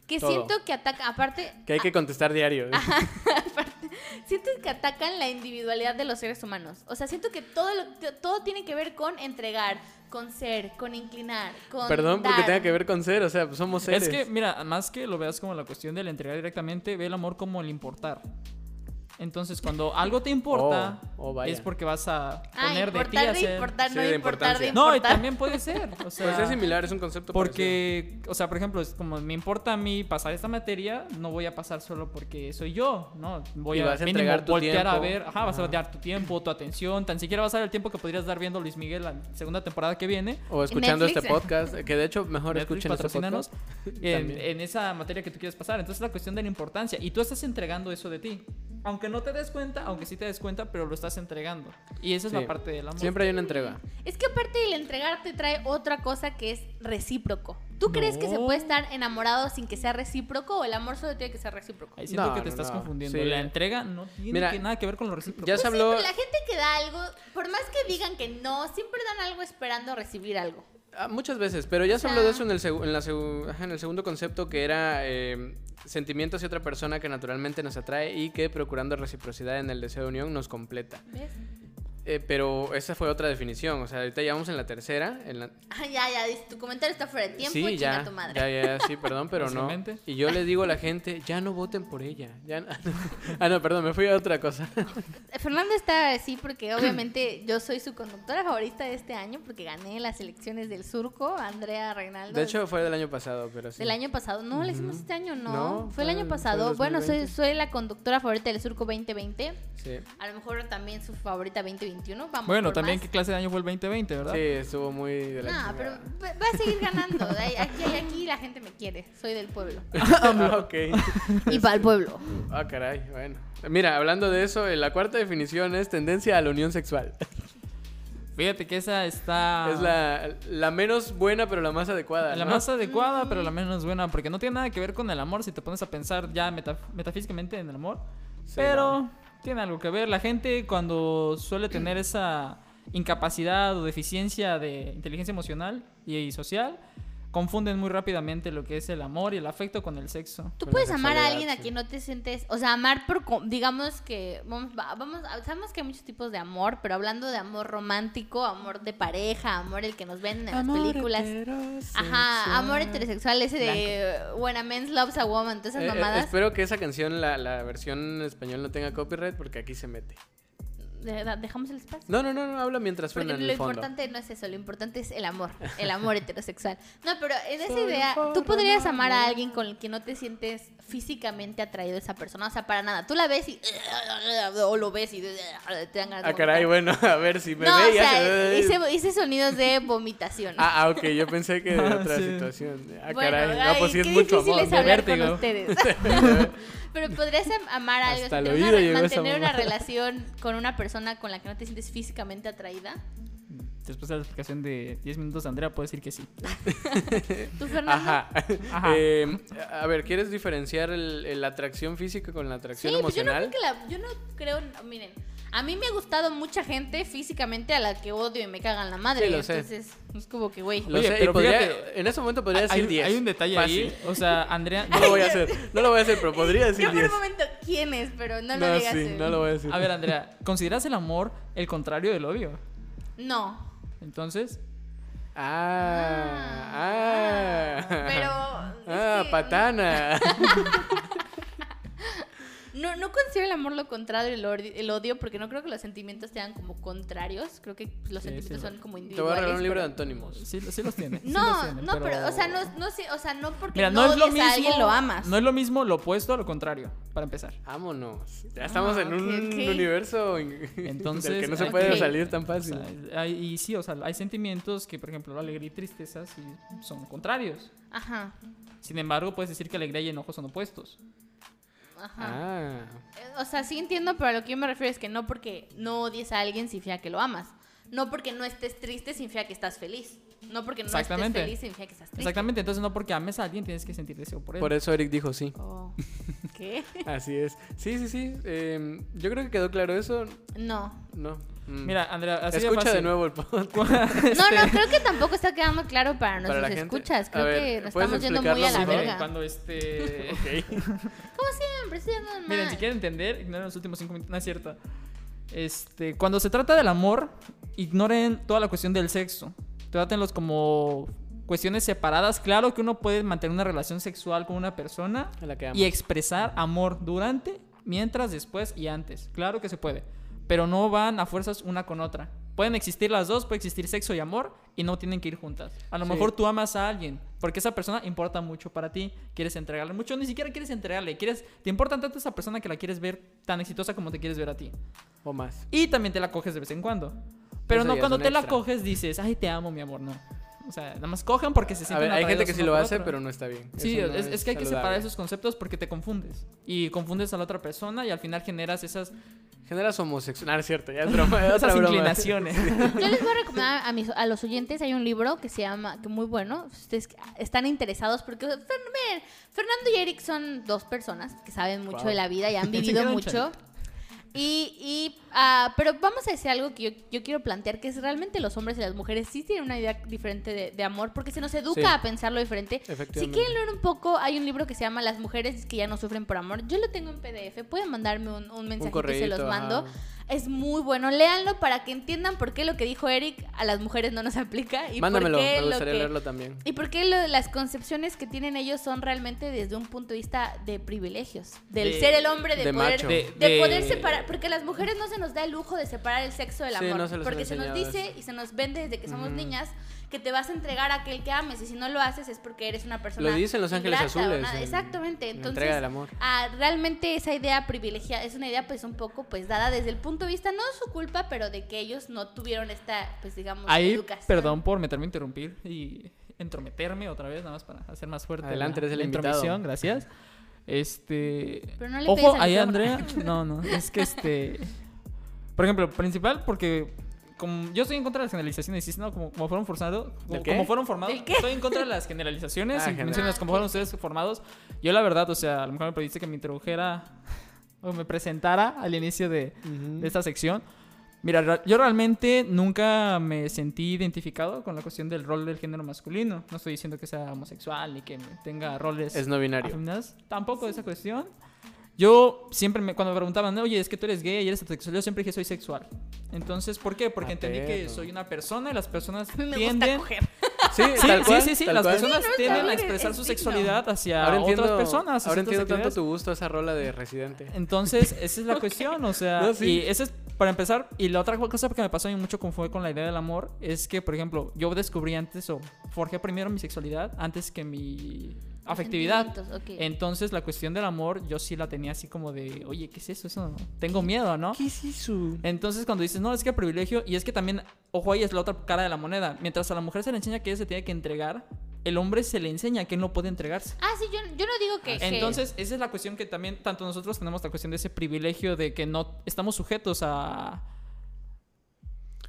S3: que
S1: Todo.
S3: siento que ataca, aparte,
S1: que hay que contestar diario.
S3: aparte, siento que atacan la individualidad de los seres humanos. O sea, siento que todo, lo- todo tiene que ver con entregar, con ser, con inclinar, con.
S1: Perdón porque
S3: dar.
S1: tenga que ver con ser, o sea, pues somos seres.
S7: Es que, mira, más que lo veas como la cuestión del entregar directamente, ve el amor como el importar. Entonces, cuando algo te importa,
S1: Oh, oh, vaya.
S7: es porque vas a
S3: Ah,
S7: poner de ti a
S3: importar, de
S7: hacer.
S3: importar,
S1: Sí,
S3: no
S1: de
S3: de importar, de
S1: importancia.
S7: No,
S3: importar.
S7: y también puede ser. O sea,
S1: Pues es similar, es un concepto
S7: Porque, o sea, por ejemplo, es como me importa a mí pasar esta materia, no voy a pasar solo porque soy yo, ¿no? Voy
S1: Y vas a
S7: mínimo
S1: entregar tu
S7: voltear a
S1: tiempo.
S7: ver, ajá, vas a voltear tu tiempo, tu atención, tan siquiera vas a ver el tiempo que podrías dar viendo Luis Miguel la segunda temporada que viene.
S1: parecido. O escuchando
S3: Netflix.
S1: este podcast, que de hecho mejor
S7: Netflix,
S1: escuchen este
S7: patrocínanos
S1: podcast.
S7: en,
S1: También.
S7: en esa materia que tú quieres pasar. Entonces la cuestión de la importancia. Y tú estás entregando eso de ti. Aunque no te des cuenta, aunque sí te des cuenta, pero lo estás entregando. Y esa es
S1: Sí.
S7: la parte del amor.
S1: Siempre hay una entrega.
S3: Es que aparte el entregarte trae otra cosa que es recíproco. ¿Tú crees que se
S7: No.
S3: puede estar enamorado sin que sea recíproco o el amor solo tiene que ser recíproco?
S7: Ahí siento
S1: No,
S7: que te
S1: no,
S7: estás
S1: no.
S7: confundiendo.
S1: Sí.
S7: La entrega no tiene
S1: Mira,
S7: que- nada que ver con lo recíproco.
S1: Ya se habló.
S3: Siempre Pues la gente que da algo, por más que digan que no, siempre dan algo esperando recibir algo.
S1: Ah, muchas veces, pero ya se
S3: sea-
S1: habló de eso en el, segu- en la segu- ajá, en el segundo concepto que era eh, sentimientos hacia otra persona que naturalmente nos atrae y que procurando reciprocidad en el deseo de unión nos completa.
S3: ¿Ves?
S1: Eh, pero esa fue otra definición, o sea, ahorita ya vamos en la tercera. En la...
S3: Ah, ya, ya, dice, tu comentario está fuera de tiempo,
S1: sí,
S3: chinga
S1: ya,
S3: tu madre.
S1: ya, ya, sí, perdón, pero no.
S7: Fácilmente.
S1: Y yo le digo a la gente, ya no voten por ella. Ya no- Ah, no, perdón, me fui a otra cosa.
S3: Eh, Fernando está así porque obviamente yo soy su conductora favorita de este año porque gané las elecciones del surco, Andrea Reinaldo.
S1: De hecho, fue del año pasado, pero sí.
S3: Del año pasado. No, la hicimos este año, no.
S1: No,
S3: fue el
S1: fue-
S3: año
S1: fue
S3: pasado. bueno, soy,
S1: 2020.
S3: soy la conductora favorita del Surco 2020.
S1: Sí,
S3: A lo mejor también su favorita 2021. Vamos
S7: Bueno,
S3: por
S7: también
S3: más.
S7: qué clase de año fue el 2020, ¿verdad?
S1: sí, estuvo muy de la
S3: No,
S1: chingada.
S3: pero va va a seguir ganando. Ay, Aquí, aquí la gente me quiere. Soy del pueblo.
S1: Ah, ok.
S3: Y para el pueblo.
S1: Ah, caray, bueno. Mira, hablando de eso, eh, la cuarta definición es tendencia a la unión sexual.
S7: Fíjate que esa está...
S1: Es la, la menos buena, pero la más adecuada.
S7: Ah. La
S1: ¿no? Eh,
S7: más adecuada, pero la menos buena, porque no tiene nada que ver con el amor si te pones a pensar ya meta- metafísicamente en el amor. pero tiene algo que ver. La gente cuando suele tener esa incapacidad o deficiencia de inteligencia emocional y, y social, confunden muy rápidamente lo que es el amor y el afecto con el sexo.
S3: Tú
S1: Con la
S3: puedes amar a
S1: sexualidad,
S3: alguien a
S1: sí.
S3: quien no te sientes, o sea, amar por, co- digamos que, vamos, va- vamos, sabemos que hay muchos tipos de amor, pero hablando de amor romántico, amor de pareja, amor el que nos venden en las películas. Ajá, amor heterosexual, ese de When a Man Loves a Woman, todas esas
S1: Eh, eh,
S3: mamadas.
S1: espero que esa canción, la, la versión en español, no tenga copyright porque aquí se mete.
S3: De- Dejamos el espacio.
S1: No, no, no, no habla mientras
S3: Porque
S1: suena en
S3: lo
S1: el fondo.
S3: importante no es eso, lo importante es el amor, el amor heterosexual. No, pero en esa idea, tú podrías amar a alguien con el que no te sientes físicamente atraído a esa persona, o sea, para nada. Tú la ves y... o lo ves y... te dan ganas de
S1: Ah, caray,
S3: vomitar.
S1: bueno, a ver si me
S3: No,
S1: ve
S3: o
S1: ya
S3: sea, eh,
S1: se-
S3: hice, hice sonidos de vomitación.
S1: eh. Ah, ah, ok, yo pensé que de
S7: Ah,
S1: otra
S7: sí.
S1: situación. Ah,
S3: Bueno,
S1: caray,
S3: ay,
S1: no, pues sí es
S3: qué
S1: mucho
S3: difícil
S1: amor.
S3: es hablar
S1: Vértigo.
S3: con ustedes. Pero podrías am- amar a alguien,
S1: Hasta el
S3: tener una
S1: oído
S3: re-
S1: llegó esa
S3: mantener una
S1: mamá.
S3: relación con una persona con la que no te sientes físicamente atraída.
S7: Después de la explicación de 10 minutos de Andrea, puedo decir que sí.
S3: ¿Tú, Fernando?
S1: Ajá.
S7: Ajá.
S1: Eh, a ver, ¿quieres diferenciar el- el- la atracción física con la
S3: Sí,
S1: atracción
S3: pues yo no
S1: emocional?
S3: creo que la- Yo no creo... Miren, a mí me ha gustado mucha gente físicamente a la que odio y me cagan la madre.
S1: Sí, lo sé.
S3: entonces, es como que, güey...
S1: Lo
S7: Oye,
S1: sé, y
S7: pero
S1: podría-
S7: fíjate-
S1: en ese momento podría decir
S7: hay,
S1: 10.
S7: hay un detalle
S1: fácil.
S7: ahí. O sea, Andrea...
S1: No lo voy a hacer, no lo voy a hacer, pero podría decir
S3: Yo por
S1: 10.
S3: un momento, ¿quién es? Pero no lo
S1: No,
S3: digas.
S1: sí,
S3: eh.
S1: no lo voy a decir.
S7: A ver, Andrea, ¿consideras el amor el contrario del odio?
S3: No.
S7: Entonces...
S1: Ah, ah.
S3: Pero.
S1: Ah,
S3: es que
S1: patana.
S3: No, no considero el amor lo contrario del ordi- el odio, porque no creo que los sentimientos sean como contrarios. Creo que los
S7: Sí,
S3: sentimientos
S7: sí.
S3: son como
S1: Te voy a
S3: individuales.
S1: regalar un libro de
S3: pero-
S1: antónimos.
S7: pues, Sí, sí los tiene. sí los
S3: No,
S7: tiene,
S3: no, pero, o sea, no, no sé, o sea, no porque
S7: Mira,
S3: no,
S7: no, es lo
S3: odies
S7: mismo.
S3: a alguien lo amas.
S7: No es lo mismo lo opuesto a lo contrario, para empezar.
S1: Vámonos. Ya estamos en
S3: Ah, ok,
S1: un
S3: ok.
S1: universo en-
S7: Entonces,
S1: del que no se
S7: ok.
S1: puede salir tan
S7: O
S1: fácil.
S7: sea, hay- y sí, o sea, hay sentimientos que, por ejemplo, la alegría y tristeza sí son contrarios.
S3: Ajá,
S7: Sin embargo, puedes decir que alegría y enojo son opuestos.
S3: ajá.
S1: Ah,
S3: Eh, O sea, sí entiendo, pero a lo que yo me refiero es que no porque no odies a alguien significa que lo amas. No porque no estés triste significa que estás feliz. No porque no estés
S7: Exactamente.
S3: feliz significa que estás triste.
S7: Exactamente, entonces no porque ames a alguien tienes que sentir deseo por él.
S1: Por eso Eric dijo sí.
S3: Oh, ¿Qué?
S1: Así es. Sí, sí, sí. eh, yo creo que quedó claro eso.
S3: No.
S1: No. Mm.
S7: Mira, Andrea, así
S1: escucha
S7: fácil.
S1: de nuevo el podcast.
S7: Este
S3: No, no, creo que tampoco está quedando claro
S1: Para
S3: para
S1: la
S3: nuestros
S1: gente.
S3: escuchas.
S1: A
S3: Creo
S1: ver,
S3: que nos
S1: ¿puedes
S3: estamos yendo muy a la
S1: explicarlo mejor?
S3: verga.
S7: Cuando este...
S3: Como siempre, sí, es normal.
S7: Miren, si quieren entender, ignoren los últimos cinco minutos. No es cierto. Este, cuando se trata del amor, ignoren toda la cuestión del sexo. Trátenlos como cuestiones separadas. Claro que uno puede mantener una relación sexual con una persona
S1: A la que amas.
S7: y expresar amor durante, mientras, después y antes. Claro que se puede. Pero no van a fuerzas una con otra. Pueden existir las dos, puede existir sexo y amor y no tienen que ir juntas. A lo
S1: Sí.
S7: mejor tú amas a alguien porque esa persona importa mucho para ti. Quieres entregarle mucho, ni siquiera quieres entregarle. Quieres, te importa tanto esa persona que la quieres ver tan exitosa como te quieres ver a ti.
S1: O más.
S7: Y también te la coges de vez en cuando. Pero
S1: Eso ya
S7: no
S1: es
S7: cuando
S1: un
S7: te la
S1: extra.
S7: coges dices, ay, te amo, mi amor. No. O sea, nada más cojan porque se
S1: A
S7: sienten
S1: ver, hay gente
S7: atraídos
S1: que sí
S7: uno
S1: lo
S7: por
S1: hace,
S7: otro.
S1: pero no está bien.
S7: Sí,
S1: Eso no
S7: es, es que hay que separar
S1: saludable.
S7: esos conceptos porque te confundes. Y confundes a la otra persona y al final generas esas,
S1: Generas homosexual. Ah, es cierto, ya es broma. es otra
S7: esas
S1: broma.
S7: inclinaciones.
S3: Yo les voy a recomendar a, mis, a los oyentes, hay un libro que se llama, que muy bueno, si ustedes están interesados, porque Fer- ver, Fernando y Eric son dos personas que saben mucho
S1: Wow.
S3: de la vida y han
S7: Pensé que
S3: vivido
S7: eran
S3: mucho. Y, y, ah, pero vamos a decir algo que yo, yo quiero plantear, que es realmente los hombres y las mujeres sí tienen una idea diferente de, de amor, porque se nos educa
S1: Sí.
S3: a pensarlo diferente. Si
S1: Efectivamente.
S3: quieren leer un poco, hay un libro que se llama Las mujeres que ya no sufren por amor. Yo lo tengo en PDF, pueden mandarme un, un
S1: Un
S3: mensajito y
S1: correo.
S3: se los mando. Es muy bueno, léanlo para que entiendan por qué lo que dijo Eric a las mujeres no nos aplica y
S1: Mándamelo,
S3: por qué
S1: me
S3: lo
S1: gustaría
S3: que-
S1: leerlo también.
S3: y por qué lo- las concepciones que tienen ellos son realmente desde un punto de vista de privilegios, del
S7: De-
S3: ser el hombre, de,
S1: de
S3: poder,
S1: macho.
S7: De-
S3: de
S7: de-
S3: poder separar, porque a las mujeres no se nos da el lujo de separar el sexo del
S1: Sí,
S3: amor,
S1: no se los han
S3: porque se nos
S1: enseñado
S3: dice y se nos vende desde que somos niñas que te vas a entregar a aquel que ames y si no lo haces es porque eres una persona
S1: Lo dicen Los Ángeles
S3: ingrata,
S1: Azules,
S3: ¿verdad?
S1: en-
S3: exactamente,
S1: en
S3: entonces
S1: Entrega del Amor.
S3: ah, realmente esa idea privilegiada es una idea pues un poco pues dada desde el punto de vista no su culpa, pero de que ellos no tuvieron esta pues digamos
S7: Ahí,
S3: educación.
S7: perdón por meterme a interrumpir y entrometerme otra vez, nada más para hacer más fuerte.
S1: Adelante, eres el invitado.
S7: intromisión, gracias. Este.
S3: Pero no le pegues
S7: ojo,
S3: al
S7: ahí
S3: micrófono.
S7: Andrea. No, no, es que este. Por ejemplo, principal, porque. Como, yo estoy en contra de las generalizaciones, ¿sí? ¿no? Como, como fueron forzados. Como,
S1: ¿Del qué?
S7: como fueron formados.
S3: ¿Del qué?
S7: Estoy en contra de las generalizaciones
S1: Ah,
S7: y
S1: general.
S7: mencionas como fueron ustedes formados. Yo, la verdad, o sea, a lo mejor me pediste que me introdujera o me presentara al inicio de, de esta sección. Mira, ra- yo realmente nunca me sentí identificado con la cuestión del rol del género masculino. No estoy diciendo que sea homosexual ni que tenga roles
S1: Es no binario.
S7: afeminados. Tampoco esa cuestión. Yo siempre, me, cuando me preguntaban, oye, es que tú eres gay y eres heterosexual, yo siempre dije soy sexual. Entonces, ¿por qué? Porque
S1: Ah,
S7: entendí que
S1: perro.
S7: soy una persona y las personas
S3: A mí me gusta
S7: tienden...
S3: coger.
S1: Sí,
S7: Sí,
S1: tal cual,
S7: sí, sí, sí,
S1: tal
S7: las
S1: cual.
S7: personas tienden
S3: bien,
S7: a expresar
S3: es
S7: su
S3: digno.
S7: sexualidad hacia
S1: Ahora entiendo,
S7: otras personas. hacia
S1: ahora
S7: otras
S1: entiendo tanto
S7: actividades.
S1: tu gusto a esa rola de Residente.
S7: Entonces, esa es la cuestión, o sea,
S1: No, sí.
S7: y esa es para empezar, y la otra cosa que me pasó a mí mucho con fue con la idea del amor es que, por ejemplo, yo descubrí antes o forjé primero mi sexualidad antes que mi afectividad.
S3: Sentimientos, ok.
S7: Entonces, la cuestión del amor yo sí la tenía así como de, "Oye, ¿qué es eso? Eso no- tengo miedo, ¿no?"
S1: ¿Qué es eso?
S7: Entonces, cuando dices, no, es que privilegio, y es que también, ojo, ahí es la otra cara de la moneda. Mientras a la mujer se le enseña que ella se tiene que entregar, el hombre se le enseña que él no puede entregarse.
S3: Ah, sí, yo, yo no digo que... que-
S7: Entonces, esa es la cuestión que también, tanto nosotros tenemos la cuestión de ese privilegio de que no estamos sujetos a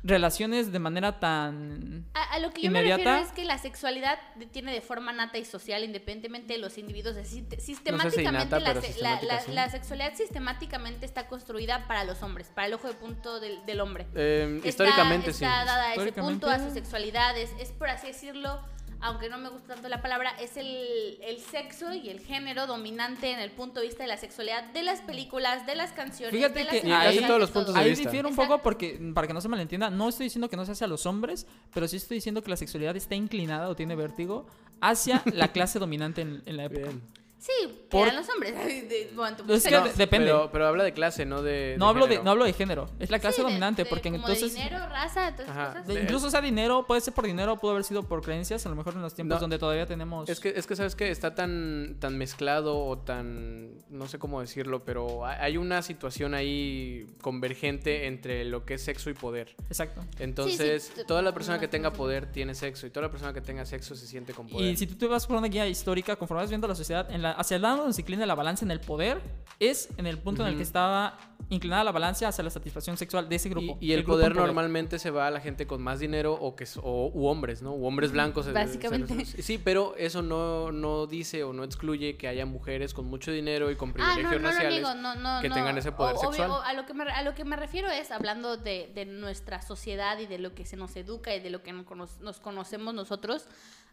S7: relaciones de manera tan...
S3: a, a lo que yo
S7: inmediata-
S3: me refiero es que la sexualidad de- tiene de forma nata y social, independientemente de los individuos. Es decir, te- Sistemáticamente,
S1: innata,
S3: la
S1: pero
S3: se- la,
S1: sistemática,
S3: la-
S1: sí.
S3: la sexualidad sistemáticamente está construida para los hombres, para el ojo de punto del, del hombre. Está-
S1: Eh, Em, históricamente sí.
S3: está dada a ese
S7: Históricamente.
S3: punto, a su sexualidad. Es, es, por así decirlo, aunque no me gusta tanto la palabra, es el, el sexo y el género dominante en el punto de vista de la sexualidad de las películas, de las canciones.
S7: Fíjate
S3: de las
S7: que
S1: Y en casi
S3: series,
S7: ahí-
S1: todos
S3: de
S1: los puntos
S3: todo.
S1: de
S7: Ahí
S1: vista.
S7: difiere un
S3: Exacto.
S7: poco porque, para que no se malentienda, no estoy diciendo que no se hace a los hombres, pero sí estoy diciendo que la sexualidad está inclinada o tiene vértigo hacia la clase dominante en, en la época.
S1: Bien.
S3: Sí,
S7: Por-
S3: eran los hombres. de- bueno, tú-
S7: Es que
S3: pero-
S7: de- depende.
S1: Pero, pero habla de clase, no de. de
S7: no, hablo de,
S1: género.
S7: no hablo de género, es la clase
S3: Sí, de-
S7: dominante
S3: de-
S7: porque
S3: como de
S7: entonces...
S3: dinero, raza, todas esas
S1: Ajá.
S3: cosas.
S7: de-
S1: de-
S7: incluso sea dinero, puede ser por dinero, pudo haber sido por creencias, a lo mejor en los tiempos
S1: No.
S7: donde todavía tenemos...
S1: Es que, es que sabes que está tan, tan mezclado o tan, no sé cómo decirlo, pero ha- hay una situación ahí convergente entre lo que es sexo y poder.
S7: Exacto.
S1: Entonces,
S3: Sí, sí, t-
S1: toda la persona que
S3: no,
S1: tenga
S3: no, no.
S1: poder tiene sexo y toda la persona que tenga sexo se siente con poder.
S7: Y si tú te vas por una guía histórica, conforme vas viendo la sociedad, en la- hacia el lado donde se inclina la balanza en el poder es en el punto en el que
S1: Ujú.
S7: estaba inclinada la balanza hacia la satisfacción sexual de ese grupo.
S1: Y, y el,
S7: grupo en
S1: poder normalmente se va a la gente con más dinero o que s- o, u hombres, ¿no? U hombres blancos. eh,
S3: Básicamente.
S1: se les- sí, pero eso no, no dice o no excluye que haya mujeres con mucho dinero y con
S3: Ah,
S1: privilegios
S3: no, no lo
S1: raciales
S3: niego, no, no,
S1: que
S3: no.
S1: tengan ese poder
S3: O- obvio,
S1: sexual.
S3: o- a, lo que me, re- a lo que me refiero es, hablando de, de nuestra sociedad y de lo que se nos educa y de lo que nos, cono- nos conocemos nosotros.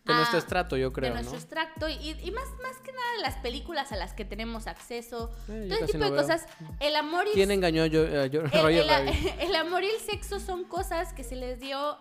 S1: de
S3: ah,
S1: nuestro estrato, yo
S3: de
S1: creo, ¿no?
S3: nuestro extracto y, y más, más que nada de las películas a las que tenemos acceso,
S1: yo
S3: todo ese
S1: casi
S3: tipo
S1: no
S3: de
S1: veo.
S3: cosas. El amor y
S1: ¿Quién engañó a, yo, a yo-
S3: el,
S1: Roger
S3: el-
S1: Rabbit?
S3: el amor y el sexo son cosas que se les dio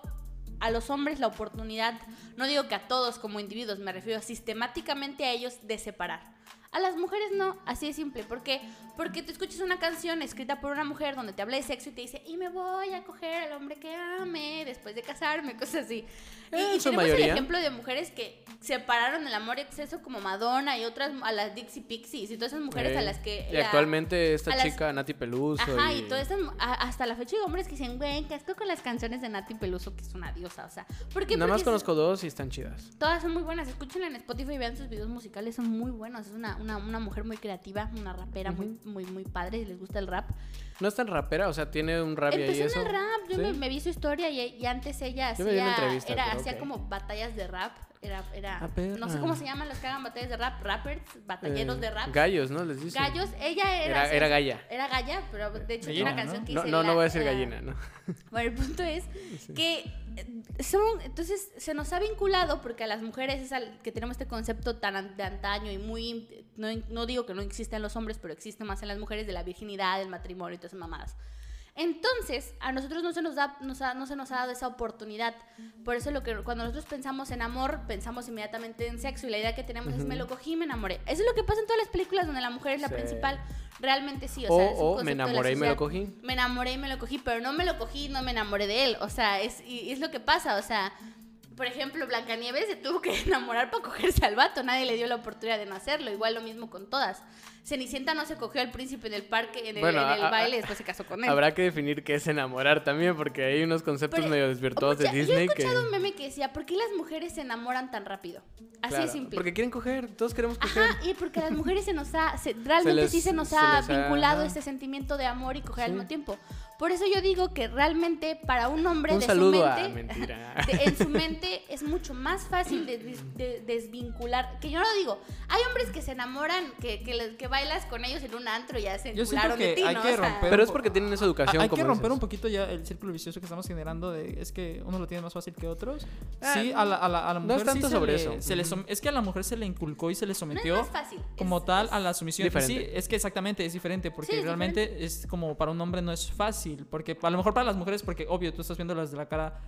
S3: a los hombres la oportunidad, no digo que a todos como individuos, me refiero sistemáticamente a ellos de separar. A las mujeres no, así de simple. ¿Por qué? Porque tú escuchas una canción escrita por una mujer donde te habla de sexo y te dice, y me voy a coger al hombre que ame después de casarme, cosas así. Y,
S1: Eh,
S3: y
S1: en su
S3: tenemos el
S1: mayoría.
S3: ejemplo de mujeres que separaron el amor y exceso como Madonna y otras, a las Dixie Pixies y todas esas mujeres
S1: Eh,
S3: a las que...
S1: Y
S3: la-
S1: actualmente
S3: a
S1: esta
S3: las-
S1: chica, Nati Peluso.
S3: Ajá,
S1: y,
S3: y todas esas, a- hasta la fecha hay hombres que dicen, güey, qué asco con las canciones de Nati Peluso, que es una diosa, o sea, ¿por qué?
S1: Nada
S3: Porque
S1: más
S3: es-
S1: conozco dos y están chidas.
S3: Todas son muy buenas, escúchenla en Spotify y vean sus videos musicales, son muy buenos, es una, una, una mujer muy creativa, una rapera muy, muy, muy padre, si les gusta el rap.
S1: No es tan rapera, o sea, tiene un rap y ahí eso.
S3: Empezó en el Pues rap, yo
S1: ¿Sí?
S3: me, me vi su historia y, y antes ella
S1: Yo me vi una
S3: hacía,
S1: entrevista,
S3: era,
S1: pero
S3: hacía
S1: ok.
S3: como batallas de rap, era, era
S1: Ah,
S3: no sé
S1: perra.
S3: cómo se llaman los que hagan batallas de rap, rappers, batalleros
S1: Eh,
S3: de rap.
S1: Gallos, ¿no? Les dicen.
S3: Gallos, ella era...
S1: Era-
S3: hacía-
S1: era galla.
S3: Era galla, pero de hecho tiene
S7: Gallina,
S3: una canción
S7: ¿no?
S3: que
S1: No,
S3: dice
S1: no, no
S3: la-
S1: voy a decir
S3: la-
S1: gallina, ¿no?
S3: Bueno, el punto es que eh, son, entonces se nos ha vinculado porque a las mujeres es al que tenemos este concepto tan an- de antaño y muy, no, no digo que no exista en los hombres, pero existe más en las mujeres de la virginidad, el matrimonio y todas esas mamadas. Entonces, a nosotros no se nos, da, nos ha- no se nos ha dado esa oportunidad. Por eso lo que cuando nosotros pensamos en amor, pensamos inmediatamente en sexo y la idea que tenemos es me lo cogí, me enamoré. Eso es lo que pasa en todas las películas donde la mujer es la
S1: Sí.
S3: principal. Realmente sí, o,
S1: O-
S3: sea, es un
S1: o, me
S3: concepto de la
S1: enamoré y me lo
S3: sociedad.
S1: cogí.
S3: Me enamoré y me lo cogí, pero no me lo cogí, no me enamoré de él. O sea, es, y- y es lo que pasa. O sea, por ejemplo, Blancanieves se tuvo que enamorar para cogerse al vato. Nadie le dio la oportunidad de no hacerlo. Igual lo mismo con todas. Cenicienta no se cogió al príncipe en el parque, en el,
S1: Bueno,
S3: en el
S1: a- a-
S3: baile, después se casó con él. Pues,
S1: Habrá que definir qué es enamorar también, porque hay unos conceptos
S3: Pero-
S1: medio desvirtuados de
S3: Escucha,
S1: Disney
S3: Yo he
S1: que.
S3: escuchado un meme que decía, ¿por qué las mujeres se enamoran tan rápido? Así
S1: Claro,
S3: de simple.
S1: Porque quieren coger, todos queremos coger.
S3: Ajá, y porque a las mujeres se nos ha, se- realmente
S1: les-
S3: sí se nos
S1: se
S3: ha
S1: les ha-
S3: vinculado
S1: ajá.
S3: este sentimiento de amor y coger al
S1: Sí.
S3: mismo tiempo. Por eso yo digo que realmente para un hombre
S1: Un
S3: de
S1: saludo
S3: su
S1: a-
S3: mente,
S1: mentira.
S3: de- en su mente es mucho más fácil de, des- de- desvincular. Que yo no lo digo, hay hombres que se enamoran, que, que, les- que bailas con ellos en un antro y ya se
S7: Yo siento
S3: encularon de
S7: que
S3: ti,
S7: hay
S3: ¿no?
S7: que
S3: O sea,
S7: romper-
S1: Pero es porque tienen esa
S7: Ah,
S1: educación
S7: Hay
S1: como
S7: que romper
S1: dices.
S7: un poquito ya el círculo vicioso que estamos generando de es que uno lo tiene más fácil que otros.
S1: Ah,
S7: sí, a la, a la, a
S1: no
S7: la mujer
S1: es tanto
S7: sí se
S1: sobre
S7: le-
S1: eso.
S7: se le som- es que a la mujer se le inculcó y se le sometió
S3: más fácil,
S7: como
S3: es-
S7: tal
S3: es
S7: a la sumisión. Y Sí,
S1: diferente.
S7: es que exactamente es diferente porque
S3: Sí, es
S7: realmente es como para un hombre no es fácil, porque a lo mejor para las mujeres porque obvio tú estás viendo las de la cara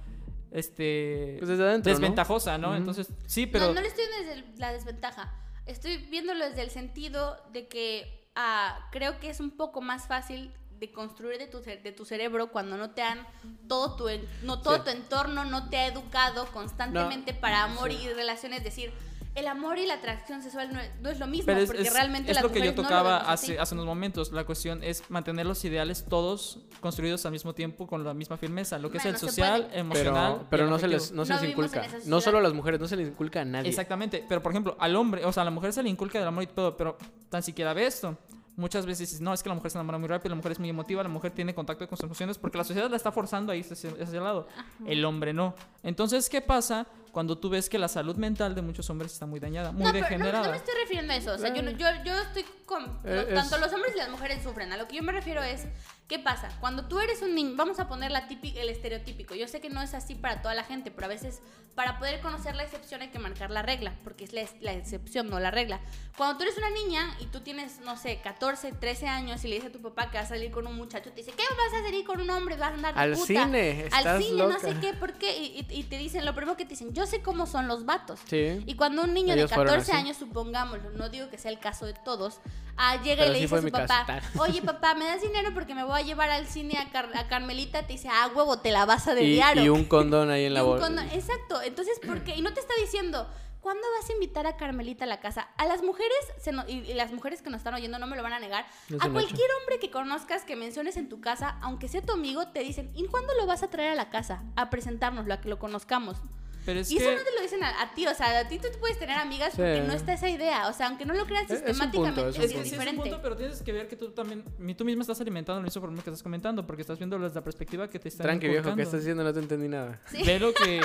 S7: este
S1: Pues desde adentro, ¿no?
S7: desventajosa, ¿no?
S1: Ujú.
S7: Entonces, sí, pero
S3: No, no le estoy viendo desde el- la desventaja. Estoy viéndolo desde el sentido de que ah, creo que es un poco más fácil de construir de tu, cer- de tu cerebro cuando no te han todo tu en- no todo
S1: Sí.
S3: tu entorno no te ha educado constantemente para amor y relaciones Es decir el amor y la atracción sexual no es, no es lo mismo
S7: Pero es,
S3: porque
S7: es-
S3: realmente
S7: es
S3: las
S7: lo que yo
S3: mujeres no lo
S7: tocaba
S3: vemos así.
S7: hace, hace unos momentos. La cuestión es mantener los ideales todos construidos al mismo tiempo con la misma firmeza. Lo que
S3: Bueno,
S7: es
S3: se
S7: el social,
S3: puede.
S7: emocional.
S1: Pero,
S7: y
S1: pero
S7: el
S1: no se les,
S7: afectivo.
S1: no se
S3: No
S1: les
S3: vivimos en
S1: inculca.
S3: esa
S1: No solo
S3: sociedad.
S1: a las mujeres, no se les inculca a nadie.
S7: Exactamente. Pero por ejemplo, al hombre, o sea, a la mujer se le inculca el amor y todo, pero tan siquiera ve esto. Muchas veces dices, no, es que la mujer se enamora muy rápido, la mujer es muy emotiva, la mujer tiene contacto con sus emociones porque la sociedad la está forzando ahí hacia, hacia ese lado. El hombre no. Entonces, ¿qué pasa cuando tú ves que la salud mental de muchos hombres está muy dañada, muy
S3: no, pero no,
S7: degenerada?
S3: no me estoy refiriendo a eso. O sea, yo, no- yo, yo estoy con.
S1: Eh,
S3: lo- tanto
S1: es-
S3: los hombres y las mujeres sufren. A lo que yo me refiero es. ¿Qué pasa? Cuando tú eres un niño. Vamos a poner la típica, el estereotípico. Yo sé que no es así para toda la gente, pero a veces para poder conocer la excepción hay que marcar la regla. Porque es la, es- la excepción, no la regla. Cuando tú eres una niña y tú tienes, no sé, 14, 13 años y le dices a tu papá que vas a salir con un muchacho, te dice, ¿qué vas a salir con un hombre? Vas a andar de
S1: Al
S3: puta,
S1: cine,
S3: Al
S1: estás
S3: cine, no sé
S1: loca".
S3: qué, ¿por qué? Y, y- y te dicen, lo primero que te dicen, yo sé cómo son los vatos.
S1: Sí.
S3: Y cuando un niño de
S1: Ellos fueron
S3: 14
S1: así.
S3: años, supongámoslo, no digo que sea el caso de todos, ah, llega
S1: Pero
S3: y le
S1: sí
S3: dice
S1: fue
S3: a su
S1: mi
S3: papá,
S1: caso.
S3: oye papá, ¿me das dinero porque me voy a llevar al cine a, Car- a Carmelita? Te dice, ah, huevo, te la vas a
S1: Y,
S3: dediar.
S1: y
S3: ¿o
S1: un condón ahí
S3: y
S1: en la
S3: un
S1: bolsa.
S3: condo- Exacto. Entonces, ¿por qué? Y no te está diciendo, ¿cuándo vas a invitar a Carmelita a la casa? A las mujeres, se no- y, y las mujeres que nos están oyendo no me lo van a negar,
S1: Es
S3: a
S1: un
S3: cualquier hombre que conozcas, que menciones en tu casa, aunque sea tu amigo, te dicen, ¿y cuándo lo vas a traer a la casa? A presentárnoslo, a que lo conozcamos.
S7: Pero es
S3: y eso
S7: que-
S3: no te lo dicen a, a ti, o sea, a ti tú puedes tener amigas porque
S1: Sí.
S3: no está esa idea, o sea, aunque no lo creas
S1: Es- es un punto,
S3: sistemáticamente,
S1: es
S3: es,
S1: un punto.
S7: Sí, sí, es un
S3: diferente.
S7: punto, pero tienes que ver que tú también, ni tú misma estás alimentando el mismo problema que estás comentando, porque estás viendo desde la perspectiva que te están
S1: Tranqui, viejo, ¿qué
S7: inculcando.
S1: estás diciendo? No te entendí nada.
S7: Ve lo que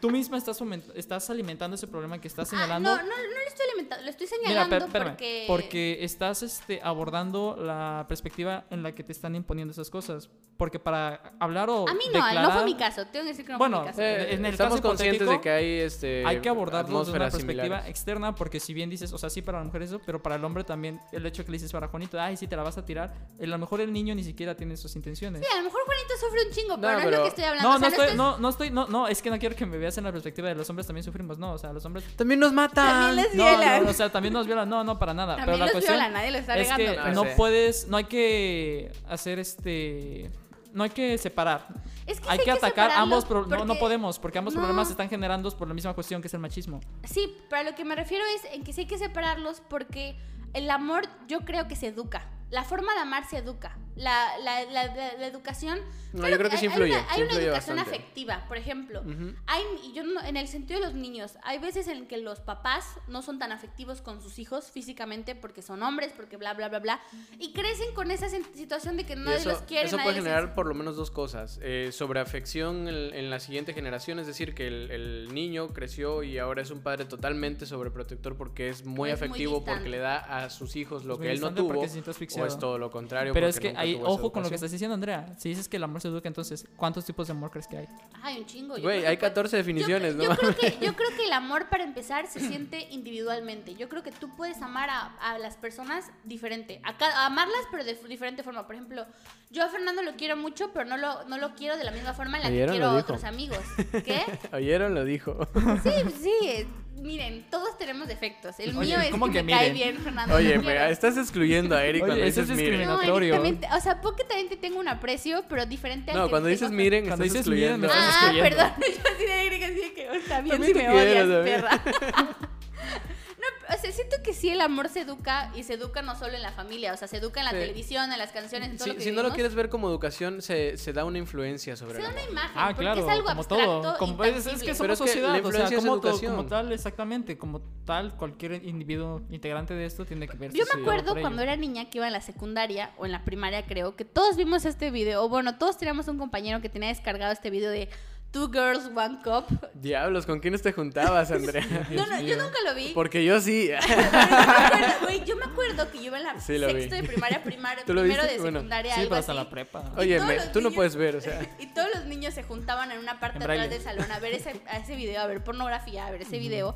S7: tú misma estás, foment- estás alimentando ese problema que estás
S3: Ah,
S7: señalando.
S3: no, no, no lo estoy alimentando, lo estoy
S7: Mira,
S3: señalando
S7: per- espérame,
S3: porque...
S7: porque estás este, abordando la perspectiva en la que te están imponiendo esas cosas. Porque para hablar o
S3: A mí no, eh, no fue
S7: declarar-
S3: mi caso, tengo que decir que no
S7: Bueno,
S3: fue mi caso.
S1: Eh,
S7: en el
S1: estamos
S7: caso
S1: conscientes de
S7: hipotético,
S1: que hay este
S7: hay que abordarlo desde una
S1: atmósferas
S7: perspectiva
S1: similares.
S7: externa, porque si bien dices, o sea, sí para la mujer eso, pero para el hombre también el hecho que le dices para Juanito, ay, sí te la vas a tirar, eh, a lo mejor el niño ni siquiera tiene esas intenciones.
S3: Sí, a lo mejor Juanito sufre un chingo,
S1: No,
S3: pero no, es
S1: pero-
S3: lo que estoy hablando.
S7: No,
S3: o sea,
S7: no
S3: no
S7: estoy,
S3: estoy-
S7: no, no estoy, no, no, es que no quiero que me veas en la perspectiva de los hombres también sufrimos, no, o sea, los hombres
S1: También nos matan.
S3: También les
S7: no,
S3: violan.
S7: no, o sea, también nos violan, no, no, para nada.
S3: También
S7: pero la
S3: los
S7: cuestión
S3: violan, nadie lo está
S7: es que
S3: negando,
S1: pero-
S7: no
S1: Ah, Sí.
S7: puedes, no hay que hacer este, no hay que separar.
S3: Es que
S7: hay
S3: sí
S7: que
S3: hay que
S7: atacar
S3: separarlo,
S7: ambos, pro- no, no
S3: porque-
S7: podemos, porque ambos
S3: No.
S7: problemas se están generando por la misma cuestión que es el machismo.
S3: Sí, pero a lo que me refiero es en que sí hay que separarlos porque el amor yo creo que se educa. La forma de amar se educa. La, la- la- la- la educación...
S1: No,
S3: claro
S1: yo creo que sí
S3: hay-
S1: influye,
S3: Hay una, hay
S1: sí
S3: una
S1: influye
S3: educación
S1: bastante.
S3: afectiva, por ejemplo. hay, y yo no- en el sentido de los niños, hay veces en que los papás no son tan afectivos con sus hijos físicamente porque son hombres, porque bla, bla, bla, bla. Y crecen con esa sen- situación de que
S1: Y
S3: nadie
S1: eso,
S3: los quiere.
S1: eso
S3: nadie
S1: puede
S3: les
S1: generar por lo menos dos cosas. Eh, sobreafección en, en la siguiente generación, es decir, que el, el niño creció y ahora es un padre totalmente sobreprotector porque es muy
S3: Es muy
S1: afectivo,
S3: distante.
S1: porque le da a sus hijos lo
S7: Es muy
S1: que él no
S7: distante porque
S1: tuvo.
S7: se siente
S1: O
S7: asfixiado.
S1: es todo lo contrario.
S7: Pero
S1: porque
S7: es que
S1: nunca
S7: hay,
S1: tuvo esa
S7: ojo con lo que
S1: educación.
S7: estás diciendo, Andrea. Si dices que el amor se educa, entonces, ¿cuántos tipos de amor crees que hay?
S3: Ay, un chingo. yo
S1: Güey,
S3: creo
S1: hay
S3: que puede-
S1: 14 definiciones,
S3: yo,
S1: ¿no?
S3: Yo creo, que, yo creo que el amor, para empezar, se siente individualmente. Yo creo que tú puedes amar a, a las personas diferente. A ca- a amarlas, pero de f- diferente forma. Por ejemplo, yo a Fernando lo quiero mucho, pero no lo, no lo quiero de la misma forma en la que
S1: ¿Oyeron?
S3: quiero
S1: Lo
S3: a
S1: dijo.
S3: otros amigos. ¿Qué?
S1: ¿Oyeron? Lo dijo.
S3: Sí, sí. eh, Miren, todos tenemos defectos. El
S7: Oye,
S3: mío es que,
S7: ¿cómo que
S3: me cae
S7: miren?
S3: bien, Fernando.
S1: Oye,
S3: lo
S1: me-
S3: quiero.
S1: estás excluyendo a Eric
S7: Oye,
S1: cuando
S7: eso es
S1: dices miren.
S7: discriminación.
S3: No,
S7: Notorio.
S3: evidentemente, o sea, porque también te tengo un aprecio, pero diferente al
S1: No,
S3: que
S1: cuando
S3: te
S1: dices
S3: tengo-
S1: miren,
S7: Cuando
S1: estás
S7: dices miren,
S1: excluyendo.
S7: me estás
S3: Ah,
S7: excluyendo.
S3: perdón, yo así de negra, así de que "Oh, está bien
S1: También
S3: si
S1: te
S3: me
S1: quiero,
S3: odias,
S1: también.
S3: perra. no, o sea, siento que sí el amor se educa y se educa no solo en la familia, o sea, se educa en la
S1: Sí.
S3: televisión, en las canciones, en todo
S1: Si,
S3: lo que
S1: si no lo
S3: vivimos.
S1: quieres ver como educación, se, se da una influencia sobre
S3: se da
S1: la
S3: una imagen,
S7: Ah,
S3: porque
S7: claro,
S3: es algo
S7: como
S3: abstracto
S7: todo. Como,
S3: intangible.
S7: es, es que
S1: Pero
S7: somos
S1: es que la
S7: sociedad, o sea,
S1: influencia es
S7: como, to-
S1: educación.
S7: como tal, exactamente, como tal, cualquier individuo integrante de esto tiene que ver.
S3: Yo me acuerdo cuando era niña que iba en la secundaria o en la primaria, creo, que todos vimos este video, o bueno, todos teníamos un compañero que tenía descargado este video de Two Girls, One Cup.
S1: Diablos, ¿con quiénes te juntabas, Andrea?
S3: No, no, yo nunca lo vi.
S1: Porque yo sí.
S3: Yo me acuerdo, güey, yo me acuerdo que yo iba en la
S1: Sí, lo vi.
S3: sexto de primaria, primaria,
S1: ¿Tú lo
S3: primero
S1: viste?
S3: de
S1: Bueno,
S3: secundaria,
S7: Sí,
S3: algo
S7: pero hasta
S3: así.
S7: la prepa.
S3: Y
S1: Oye,
S3: todos
S1: me-
S3: los
S1: tú no
S3: niños-
S1: puedes ver, o sea.
S3: Y todos los niños se juntaban en una parte
S7: En
S3: atrás
S7: braille.
S3: del salón a ver ese, a ese video, a ver pornografía, a ver ese video.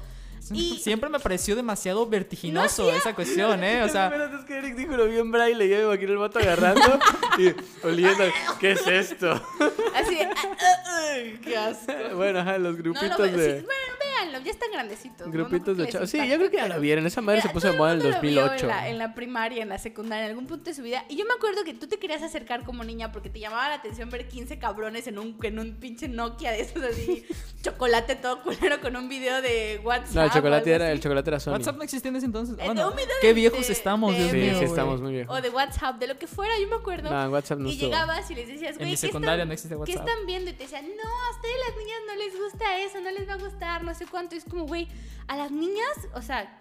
S3: Y
S7: Siempre me pareció demasiado vertiginoso
S3: hacía-
S7: esa cuestión, ¿eh? O sea,
S1: Espérate, es que Eric dijo lo vio en braille y yo me imagino el vato agarrando y oliendo. ¿Qué es esto?
S3: así de, ah, ah, ah, qué asco.
S1: bueno, ajá, los
S3: No lo
S1: grupitos
S3: veo.
S1: de.
S3: Sí, bueno, véanlo, ya están grandecitos. ¿no? No creo
S1: grupitos
S3: que
S1: de
S3: les
S1: chavos. Sí, yo
S3: impacte,
S1: creo que ya la
S3: pero-
S1: vieron. Esa madre se
S3: Mira,
S1: puso
S3: todo
S1: de moda en el
S3: mundo lo vio
S1: 2008.
S3: En la, en la primaria, en la secundaria, en algún punto de su vida. Y yo me acuerdo que tú te querías acercar como niña porque te llamaba la atención ver 15 cabrones en un, en un pinche Nokia de esos así, chocolate todo culero con un video de WhatsApp.
S1: No, el
S3: o
S1: chocolate
S3: algo
S1: era,
S3: así.
S1: el chocolate era Sony.
S7: WhatsApp no existía en ese entonces.
S3: Eh,
S7: Bueno,
S3: un video
S7: qué
S3: de-
S7: viejos
S3: de-
S7: estamos,
S3: de-
S7: Dios
S1: Sí,
S7: mío.
S1: sí,
S7: güey.
S1: estamos muy viejos.
S3: O de WhatsApp, de lo que fuera, yo me acuerdo.
S1: No, en WhatsApp no
S3: y
S1: estuvo.
S3: llegabas y les decías, güey,
S7: mi
S3: ¿qué
S7: secundaria
S3: están-
S7: no existe
S3: ¿Qué
S7: WhatsApp.
S3: están viendo? Y te decían, no, a ustedes las niñas no les gusta eso, no les va a gustar, no sé cuánto. Y es como, güey, a las niñas, o sea,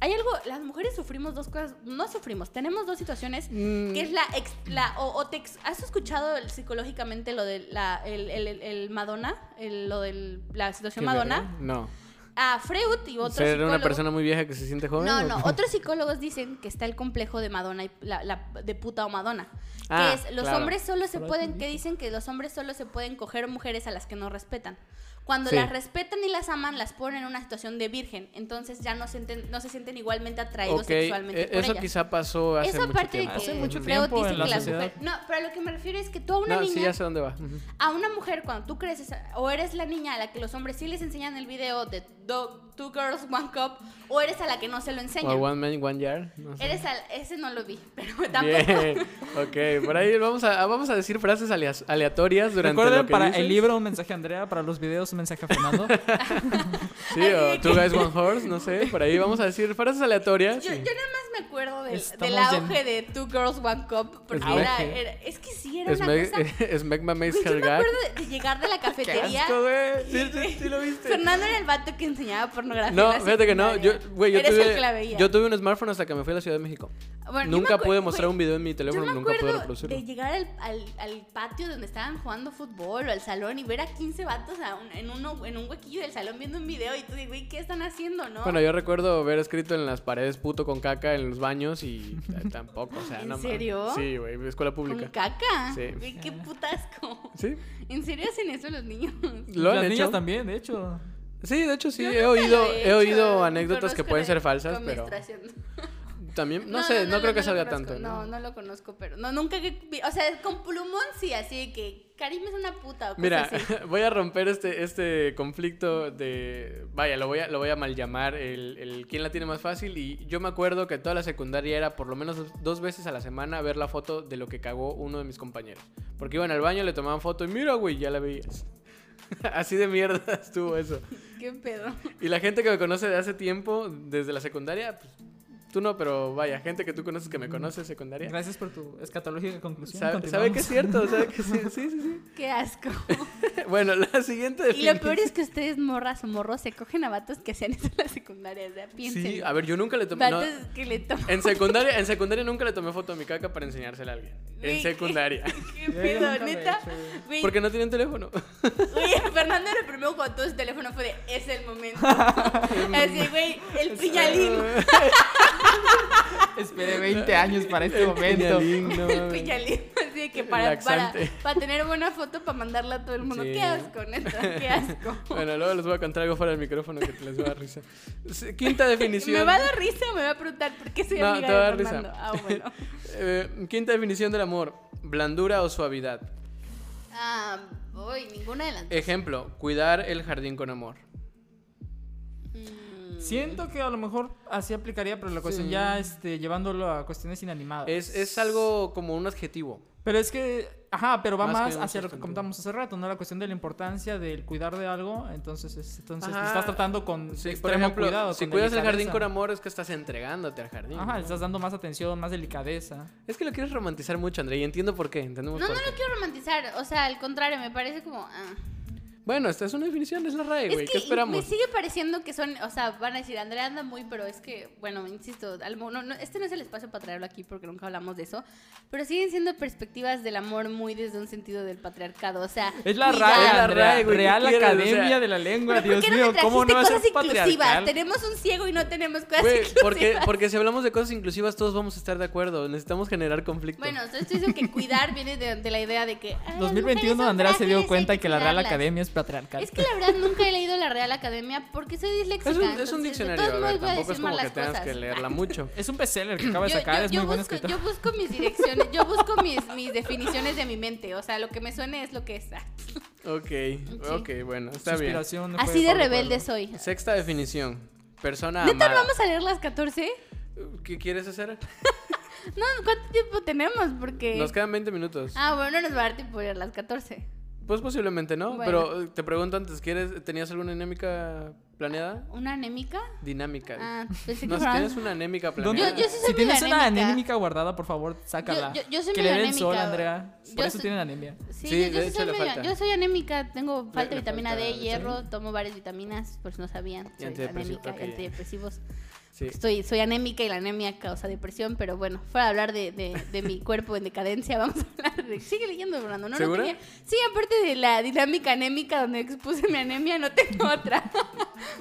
S3: hay algo, las mujeres sufrimos dos cosas, no sufrimos, tenemos dos situaciones, que
S1: Mm.
S3: es la, ex- la o, o te ex- ¿has escuchado el- psicológicamente lo de la, el, el- el- el Madonna? El- lo de la
S1: Qué
S3: situación Madonna.
S1: verga. No.
S3: A Freud y otro
S1: ¿Ser una
S3: psicólogo-
S1: persona muy vieja que se siente joven?
S3: no,
S1: o-
S3: no. Otros psicólogos dicen que está el complejo de Madonna y la, la- de puta o Madonna.
S1: Ah,
S3: que es los
S1: claro.
S3: hombres solo se
S7: Freud
S3: pueden,
S7: lo
S3: que
S7: dijo.
S3: dicen que los hombres solo se pueden coger mujeres a las que no respetan. Cuando
S1: Sí.
S3: las respetan y las aman, las ponen en una situación de virgen. Entonces ya no se, enten- no se sienten igualmente atraídos
S1: Ok,
S3: sexualmente.
S1: eh,
S3: por
S1: eso
S3: ellas.
S1: quizá pasó hace
S3: Eso
S1: mucho
S3: aparte de
S1: tiempo.
S3: que
S7: Hace mucho
S3: Freud
S7: tiempo
S3: dice
S7: en
S3: que
S7: la
S3: las
S7: sociedad.
S3: mujeres- No, pero lo que me refiero es que tú a una
S1: No,
S3: niña
S1: sí, ya sé dónde va. Ujú.
S3: a una mujer cuando tú creces o eres la niña a la que los hombres sí les enseñan el video de, Dog- Two Girls, One Cup, o eres a la que no se lo
S1: O
S3: enseñan.
S1: One Man, One Yard. No sé.
S3: Eres al, ese no lo vi, pero tampoco.
S1: Bien. Ok, por ahí vamos a, vamos a decir frases alea- aleatorias durante lo
S7: Recuerden
S1: que
S7: para
S1: dices.
S7: el libro un mensaje a Andrea, para los videos un mensaje a Fernando.
S1: Sí,
S3: Así
S1: o
S3: de
S1: Two
S3: que-
S1: Guys One Horse, no sé, por ahí vamos a decir frases aleatorias.
S3: Yo, yo
S1: y-
S3: nada más me acuerdo del,
S7: Estamos
S3: del
S7: en-
S3: auge de Two Girls, One Cup, porque
S1: Esme-
S3: era, era- Es que sí, era
S1: Es
S3: una
S1: Meg-
S3: cosa...
S1: es Megma Mace
S3: Güey, yo me
S1: Hergag.
S3: acuerdo de, de llegar de la
S1: Qué
S3: cafetería.
S1: asco, güey. Sí, sí, sí lo viste.
S3: Fernando era el vato que enseñaba pornografía. en
S1: No,
S3: la
S1: fíjate que no. Yo,
S3: secundaria.
S1: güey, yo,
S3: Eres el
S1: tuve,
S3: que la veía.
S1: yo tuve un smartphone hasta que me fui a la Ciudad de México.
S3: Bueno, yo me
S1: nunca
S3: acu-
S1: pude mostrar
S3: güey,
S1: un video en mi
S3: Yo
S1: teléfono,
S3: me
S1: nunca pude
S3: acuerdo
S1: reproducirlo.
S3: de llegar al, al, al patio donde estaban jugando fútbol o al salón y ver a 15 vatos a un- en, uno, en un huequillo del salón viendo un video y tú dices, güey, ¿qué están haciendo, no?
S1: Bueno, yo recuerdo haber escrito en las paredes puto con caca en los baños y t- tampoco, o sea,
S3: ¿En
S1: no mames.
S3: serio?
S1: Sí, güey, escuela
S3: Con
S1: pública.
S3: caca.
S1: Sí.
S3: Güey, qué putasco.
S1: Sí,
S3: ¿En serio hacen eso los niños?
S1: lo han
S7: Las
S1: hecho.
S7: niñas también, de hecho.
S1: Sí, de hecho sí,
S3: Yo
S1: he
S3: nunca
S1: oído
S3: lo he
S1: he
S3: hecho. eh,
S1: oído anécdotas
S3: Conozco
S1: que pueden
S3: de-
S1: ser falsas,
S3: con
S1: pero
S3: menstruación.
S1: también no, sé, no, creo que
S3: lo
S1: salga
S3: conozco,
S1: tanto.
S3: No, no lo conozco, pero no nunca que vi- o sea, con plumón sí, así de que Karim es una puta o cosas
S1: Mira,
S3: así.
S1: voy a romper este, este conflicto de. Vaya, lo voy a, lo voy a mal llamar el, el quién la tiene más fácil. Y yo me acuerdo que toda la secundaria era por lo menos dos- dos veces a la semana ver la foto de lo que cagó uno de mis compañeros. Porque iban al baño, le tomaban foto y mira, güey, ya la veías. Así de mierda estuvo eso.
S3: ¿Qué pedo?
S1: Y la gente que me conoce de hace tiempo, desde la secundaria, pues, tú no, pero vaya, gente que tú conoces que me conoce de secundaria.
S7: Gracias por tu escatológica conclusión.
S1: Sabe, sabe que es cierto,
S7: Continuamos.
S1: sabe que sí, sí, sí. sí.
S3: Qué asco.
S1: Bueno, la siguiente
S3: y lo
S1: definición-
S3: peor es que ustedes morras o morros se cogen a vatos que hacían eso en la secundaria, o sea, piensen.
S1: Sí, a ver, yo nunca le tomé. no,
S3: vatos que le toman.
S1: en secundaria, en secundaria nunca le tomé foto a mi caca para enseñársela a alguien. En
S3: Güey,
S1: secundaria.
S3: ¿Qué
S7: Yo
S3: pedo,
S7: nunca lo he
S3: neta?
S7: hecho.
S3: Güey,
S1: Porque no tienen teléfono.
S3: Oye, Fernando era el primero cuando todo su teléfono fue de es el momento. Así, güey, el piñalín.
S8: Esperé 20 años para este
S1: El
S8: momento.
S1: piñalín, no
S3: el
S1: mames.
S3: piñalín, así de que
S1: El
S3: para, para,
S1: laxante.
S3: para tener buena foto para mandarla a todo el mundo.
S1: Sí.
S3: Qué asco, neta, qué asco.
S1: Bueno, luego les voy a contar algo fuera del micrófono que te les va a dar risa. S- Quinta definición.
S3: ¿Me va a dar risa o me va a preguntar por qué soy
S1: No,
S3: amiga
S1: te va a dar
S3: de
S1: risa.
S3: Fernando? Ah, bueno.
S1: Eh, quinta definición del amor: blandura o suavidad.
S3: Ah, uy, ninguna de las dos.
S1: Ejemplo: cuidar el jardín con amor.
S7: Siento que a lo mejor así aplicaría, pero la cuestión ya este, llevándolo a cuestiones inanimadas.
S1: Es, es algo como un adjetivo.
S7: Pero es que, ajá, pero va
S1: Más
S7: más,
S1: que un
S7: hacia lo que
S1: sustantivo.
S7: comentamos hace rato, ¿no? La cuestión de la importancia del cuidar de algo, entonces, es- entonces
S1: Ajá.
S7: lo estás tratando con
S1: Sí, por
S7: extremo
S1: ejemplo,
S7: cuidado.
S1: si
S7: con
S1: cuidas el jardín
S7: delicadeza.
S1: con amor, es que estás entregándote al jardín.
S7: Ajá, le estás dando más atención, más delicadeza.
S1: Es que lo quieres romantizar mucho, André, y entiendo por qué. Entendemos
S3: No, no
S1: por qué.
S3: lo quiero romantizar, o sea, al contrario, me parece como... ah.
S1: Bueno, esta es una definición, es la RAE,
S3: Es
S1: güey.
S3: que
S1: ¿Qué
S3: me
S1: esperamos?
S3: sigue pareciendo que son, o sea, van a decir, Andrea anda muy, pero es que, bueno, insisto, al mo- no, no, este no es el espacio para traerlo aquí porque nunca hablamos de eso, pero siguen siendo perspectivas del amor muy desde un sentido del patriarcado, o sea,
S7: Es la
S3: cuidar-
S7: RAE,
S1: Es la
S7: Andrea,
S1: RAE, güey, ¿qué
S7: Real
S1: quieres? O
S7: Academia
S1: sea-
S7: de la Lengua,
S3: Pero ¿por
S7: Dios
S3: qué no
S7: mío,
S3: me
S7: ¿cómo
S3: trajiste
S7: no va a ser
S3: cosas inclusivas?
S7: patriarcal?
S3: Tenemos un ciego y no tenemos cosas
S1: Güey,
S3: inclusivas.
S1: porque, porque si hablamos de cosas inclusivas, todos vamos a estar de acuerdo. Necesitamos generar conflicto.
S3: Bueno, entonces estoy diciendo que cuidar viene de, de la idea de que... "Ah, las mujeres
S7: 2021
S3: son
S7: Andrea se
S3: frágiles,
S7: dio
S3: hay
S7: cuenta que la Real
S3: cuidarlas".
S7: Academia es patriarcal.
S3: Es que la verdad nunca he leído la Real Academia porque soy disléxica.
S1: es un, es
S3: entonces,
S1: un
S3: de
S1: diccionario,
S3: todos
S1: a
S3: modos
S1: ver,
S3: voy
S1: tampoco es
S3: decir
S1: como que
S3: malas
S1: tengas
S3: cosas.
S1: que leerla mucho.
S7: Es un bestseller que acaba de sacar, es muy buen
S3: busco,
S7: escritor.
S3: yo busco mis direcciones, yo busco mis, mis definiciones de mi mente. O sea, lo que me suene es lo que es.
S1: Ok, ok, bueno, está
S7: Su
S1: bien.
S7: inspiración fue
S3: Así de
S7: Pablo
S3: rebelde
S7: Coelho.
S3: soy.
S1: Sexta definición. Persona
S3: ¿Neta no
S1: amada.
S3: vamos a leer las 14?
S1: ¿Qué quieres hacer?
S3: No, ¿cuánto tiempo tenemos? Porque.
S1: Nos quedan 20 minutos.
S3: Ah, bueno, no nos va a dar tiempo de leer las 14.
S1: Pues posiblemente no,
S3: Bueno.
S1: pero eh, te pregunto antes, ¿quieres, ¿tenías alguna dinámica planeada?
S3: ¿Una anémica?
S1: Dinámica.
S3: Ah, pensé que
S1: no, si
S3: fuera-
S1: tienes una anémica
S7: ¿Dónde-
S1: planeada.
S3: Yo- yo sí soy
S7: si tienes
S3: medio
S7: una
S3: anémica.
S7: anémica guardada, por favor, sácala.
S3: Yo- yo- yo soy
S7: que le
S3: medio
S7: den
S3: anémica.
S7: sol, Andrea. Por
S3: Yo
S7: eso
S3: soy-
S7: tiene anemia.
S3: Sí,
S1: Sí,
S3: yo, yo
S1: de
S3: sí
S1: hecho
S3: soy
S1: le
S3: medio-
S1: falta.
S3: yo soy anémica, tengo falta
S1: le
S3: de vitamina
S1: falta,
S3: D,
S1: sí.
S3: hierro, tomo varias vitaminas, por si no sabían.
S1: Y
S3: soy
S1: antidepresivo-
S3: anémica,
S1: ok,
S3: y
S1: ya.
S3: antidepresivos.
S1: Sí.
S3: Estoy, soy anémica y la anemia causa depresión, pero bueno, fuera a hablar de, de- de mi cuerpo en decadencia, vamos a hablar de... Sigue leyendo, Fernando, no lo
S1: ¿Segura?
S3: quería- Sí, aparte de la dinámica anémica donde expuse mi anemia, no tengo otra,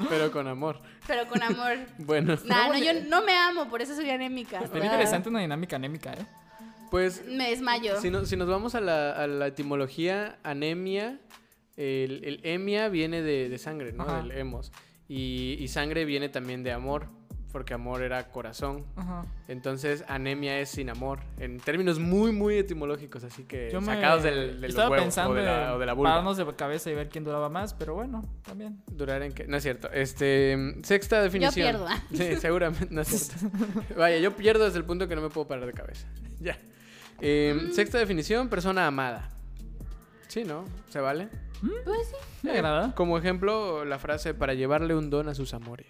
S1: Pero con amor.
S3: pero con amor.
S1: Bueno,
S3: Nah, no, yo no me amo, por eso soy anémica.
S7: Sería
S3: Ah,
S7: interesante una dinámica anémica, ¿eh?
S1: pues
S3: Me desmayo.
S1: Si, no- si nos vamos a la, a la etimología, anemia, el, el emia viene de, de sangre, ¿no?
S7: Ajá.
S1: Del hemos. Y, y sangre viene también de amor. porque amor era corazón.
S7: Ajá.
S1: Entonces, anemia es sin amor, en términos muy, muy etimológicos, así que
S7: Yo me
S1: Eh, sacados del, del
S7: estaba
S1: huevo
S7: pensando
S1: o de la,
S7: en
S1: o de la vulva.
S7: pararnos de cabeza y ver quién duraba más, pero bueno, también.
S1: Durar en que... No es cierto. Este, sexta definición.
S3: pierdo.
S1: Sí, seguramente, no es cierto. Vaya, yo pierdo desde el punto que no me puedo parar de cabeza. ya. Eh,
S3: Mm.
S1: Sexta definición, persona amada. Sí, ¿no? ¿Se vale? Eh,
S3: Pues sí.
S7: Me agrada.
S1: Como ejemplo, la frase para llevarle un don a sus amores.